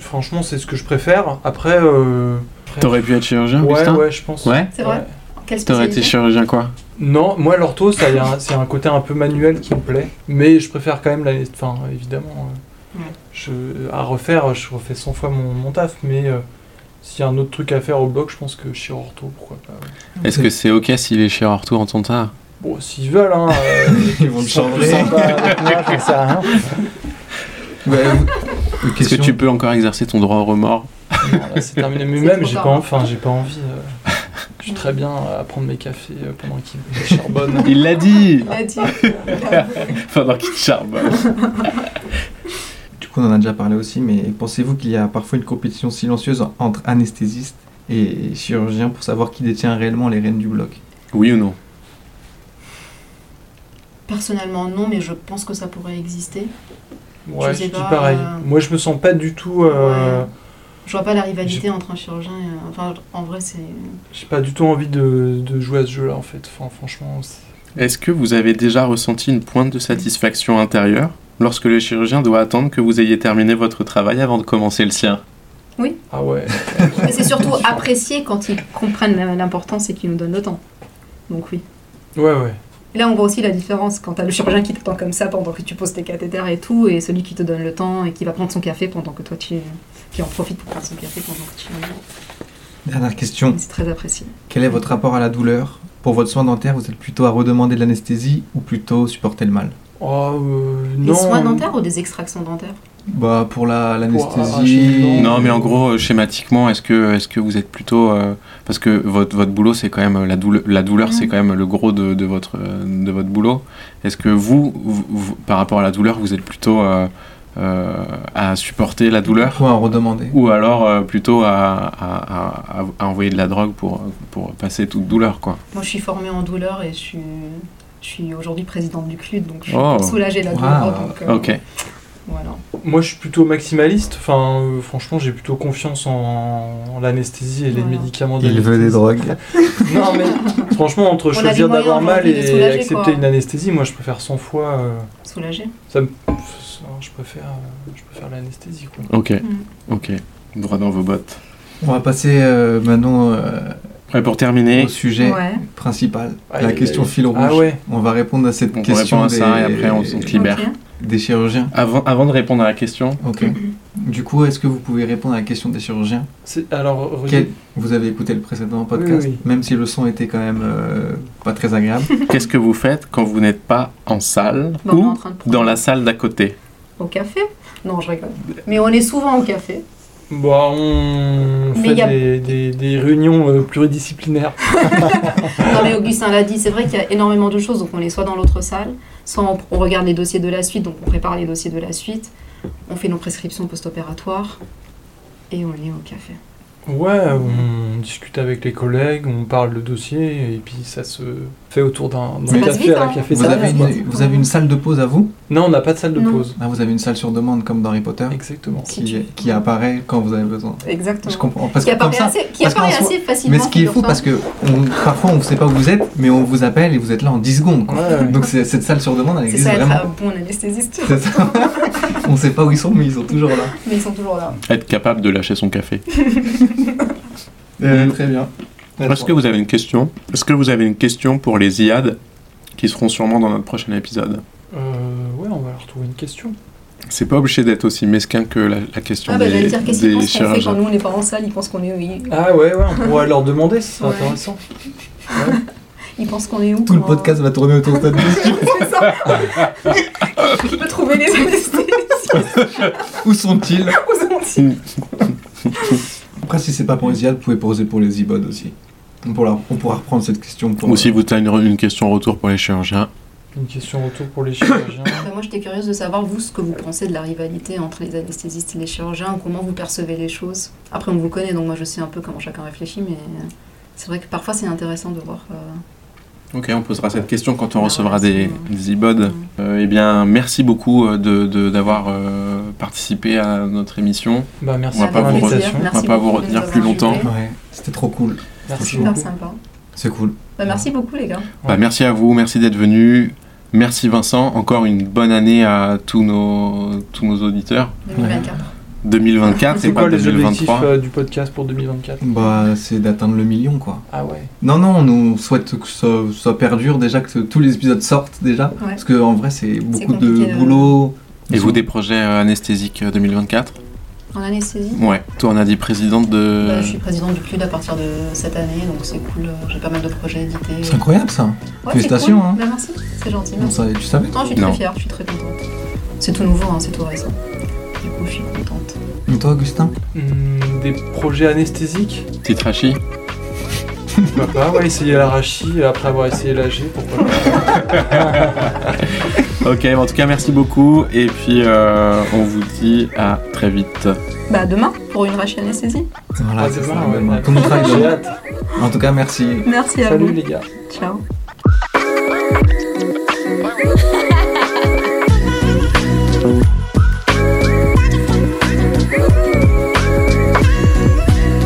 franchement, c'est ce que je préfère. Après, euh, après- T'aurais pu être chirurgien Ouais, Augustin ouais, je pense. Ouais. C'est vrai Ouais. Quelle T'aurais été spécialité chirurgien quoi Non, moi l'ortho, ça y a un- c'est un côté un peu manuel qui me plaît, mais je préfère quand même la, enfin évidemment, euh, Ouais. je, à refaire, je refais 100 fois mon, mon taf, mais euh, s'il y a un autre truc à faire au bloc, je pense que chez ortho, pourquoi pas. ouais. Est-ce que c'est ok s'il est chirurgien ortho en ton tas Bon, s'ils veulent, hein, euh, Ils vont le ils sont plus changer. sympas avec moi, j'en sais rien. Ouais, vous- une Est-ce que question. tu peux encore exercer ton droit au remords Voilà, c'est terminé. Mais C'est même, trop j'ai tard. pas, enfin, j'ai pas envie. euh, je suis très bien à prendre mes cafés euh, pendant qu'ils charbonnent. Il l'a dit Il a dit. Bravo. pendant qu'il charbonne. Du coup, on en a déjà parlé aussi, mais pensez-vous qu'il y a parfois une compétition silencieuse entre anesthésistes et chirurgiens pour savoir qui détient réellement les rênes du bloc Oui ou non Personnellement, non, mais je pense que ça pourrait exister. Ouais, je sais je dis pas, pareil. euh, Moi, je me sens pas du tout. euh, Ouais. Je vois pas la rivalité entre un chirurgien et. un- Enfin, en vrai, c'est. J'ai pas du tout envie de, de jouer à ce jeu-là, en fait. Enfin, franchement, c'est- Est-ce que vous avez déjà ressenti une pointe de satisfaction intérieure lorsque le chirurgien doit attendre que vous ayez terminé votre travail avant de commencer le sien ah ouais. Mais c'est surtout apprécié quand ils comprennent la- l'importance et qu'ils nous donnent le temps. Donc oui. Ouais, ouais. Et Là, on voit aussi la différence quand t'as le chirurgien qui t'attend comme ça pendant que tu poses tes cathéters et tout, et celui qui te donne le temps et qui va prendre son café pendant que toi tu. qui en profite pour prendre son café pendant que tu. Dernière question. Mais C'est très apprécié. Quel est votre rapport à la douleur Pour votre soin dentaire, vous êtes plutôt à redemander de l'anesthésie ou plutôt supporter le mal Oh, euh, Des non. soins dentaires ou des extractions dentaires Bah pour la- arracher l'anesthésie. le dent. Non, mais en gros, euh, schématiquement, est-ce que, est que vous êtes plutôt. euh, parce que votre, votre boulot, c'est quand même. euh, La, doule- la douleur, Mm. c'est quand même le gros de, de votre, euh, de votre boulot. Est-ce que vous, vous- vous- par rapport à la douleur, vous êtes plutôt euh, euh, à supporter la douleur Pourquoi en redemander ou alors euh, plutôt à, à- à- à envoyer de la drogue pour, pour passer toute douleur quoi. Moi, je suis formée en douleur et je suis. Je suis aujourd'hui présidente du CLUD, donc je suis Oh. pour soulager la Wow. douleur. donc, euh, Ok. Voilà. Moi, je suis plutôt maximaliste. Enfin, euh, franchement, j'ai plutôt confiance en, en l'anesthésie et les Voilà. médicaments. Il veut des d'anesthésie. drogues. Non, mais franchement, entre a choisir des moyens d'avoir mal aujourd'hui et de soulager, accepter quoi. une anesthésie, moi, je préfère 100 fois. euh, Soulager. ça me- pff, ça, Je préfère, euh, je préfère l'anesthésie, quoi. Ok. Mm. Ok. Droit dans vos bottes. On va passer euh, maintenant euh, Et pour terminer, au sujet Ouais. principal, Aïe, la aïe, question aïe. fil rouge. Ah ouais. On va répondre à cette On question répond à des, ça et après, on se libère. Ok. des chirurgiens. avant, avant de répondre à la question, Ok. Du coup, est-ce que vous pouvez répondre à la question des chirurgiens C'est- Alors, redis- Quel- Vous avez écouté le précédent podcast, Oui, oui. même si le son était quand même euh, pas très agréable. qu'est-ce que vous faites quand vous n'êtes pas en salle Bah, on est en ou train de prendre dans la salle d'à côté Au café Non, je rigole. Mais on est souvent au café. Bah, on Mais fait y a- des, des- des réunions euh, pluridisciplinaires. Non mais Augustin l'a dit, c'est vrai qu'il y a énormément de choses, donc on est soit dans l'autre salle, soit on, on regarde les dossiers de la suite, donc on prépare les dossiers de la suite, on fait nos prescriptions post-opératoires et on les au café. Ouais, on discute avec les collègues, on parle le dossier, et puis ça se fait autour d'un d'un Ça café passe vite, à la hein. café Mais Vous ça avez, reste, une, quoi. vous avez une salle de pause à vous Non, on n'a pas de salle de Non. pause. Ah, Vous avez une salle sur demande comme dans Harry Potter Exactement. Si qui, tu- qui apparaît quand vous avez besoin. Je Exactement. comprends. Parce Qui que comme apparaît ça, assez, qui parce apparaît qu'en soi- assez facilement. mais ce qui est fou figure-toi. parce que on- parfois on ne sait pas où vous êtes, mais on vous appelle et vous êtes là en 10 secondes. quoi. Ouais, ouais. Donc c'est- cette salle sur demande, elle C'est existe ça être vraiment. un bon anesthésiste, C'est ça. on ne sait pas où ils sont, mais ils sont toujours là. mais ils sont toujours là. Être capable de lâcher son café. Euh, très bien. Est-ce que vous avez une question Est-ce que vous avez une question pour les IAD qui seront sûrement dans notre prochain épisode Euh, ouais, on va leur trouver une question. C'est pas obligé d'être aussi mesquin que la, la question Ah bah des, j'allais dire qu'est-ce qu'ils des pensent qu'on fait quand chirurgiens. nous on n'est pas en salle, ils pensent qu'on est où ils, Ah ouais, ouais, on pourrait leur demander, ce serait Ouais. intéressant. ils pensent qu'on est où Tout le comment- podcast va tourner autour de cette question. C'est ça. Je peux trouver les anesthésistes. Où sont-ils Où sont-ils Après, si c'est pas pour les IAD, vous pouvez poser pour les IBOD aussi. On pourra, on pourra reprendre cette question pour. Ou si vous avez une, une question retour pour les chirurgiens. Une question retour pour les chirurgiens. Bah, moi, j'étais curieuse de savoir, vous, ce que vous pensez de la rivalité entre les anesthésistes et les chirurgiens, comment vous percevez les choses. Après, on vous connaît, donc moi, je sais un peu comment chacun réfléchit, mais euh, c'est vrai que parfois, c'est intéressant de voir. euh, Ok, on posera cette question quand on Ah, recevra ouais, des, c'est- des iBods. Mm. Euh, eh bien, merci beaucoup euh, de- de- d'avoir euh, participé à notre émission. Bah, merci On va pour pas vous l'invitation. re- Merci on va pas vous beaucoup de nous retenir avoir plus longtemps. invités. Ouais, c'était trop cool. Merci super beaucoup. sympa. C'est cool. Bah, merci beaucoup, les gars. Bah, merci à vous, merci d'être venu. Merci Vincent, encore une bonne année à tous nos, tous nos auditeurs. 2024. 2024, c'est C'est pas quoi les objectifs 2023. euh, du podcast pour 2024 Bah, c'est d'atteindre le million, quoi. Ah ouais. Non, non, on nous souhaite que ça, ça perdure déjà, que tous les épisodes sortent déjà. Ouais. Parce que en vrai, c'est beaucoup de compliqué de- boulot. Et vous, des projets euh, anesthésiques euh, 2024 En anesthésie Ouais. Toi, on a dit présidente de. Bah, je suis présidente du CLUD à partir de cette année, donc c'est cool. euh, J'ai pas mal de projets édités. C'est incroyable ça. Ouais, Félicitations, c'est cool. hein. Bah, merci, c'est gentil. On Merci. savait- tu savais Non, je suis très Non. fière, je suis très contente. C'est tout nouveau, hein, c'est tout récent. Du coup, je suis contente. Et toi, Augustin Hmm, des projets anesthésiques Petite rachis. Pourquoi pas Ouais, essayer l'arachis après avoir essayé l'AG, pourquoi pas Ok, en tout cas, merci beaucoup. Et puis, euh, on vous dit à très vite. Bah demain pour une rachie anesthésie. Voilà, Ah, c'est demain, ça. ouais. demain. Comme on travaille J'ai demain. hâte. En tout cas, merci. Merci à Salut vous. les gars. Ciao. Bye. Bye.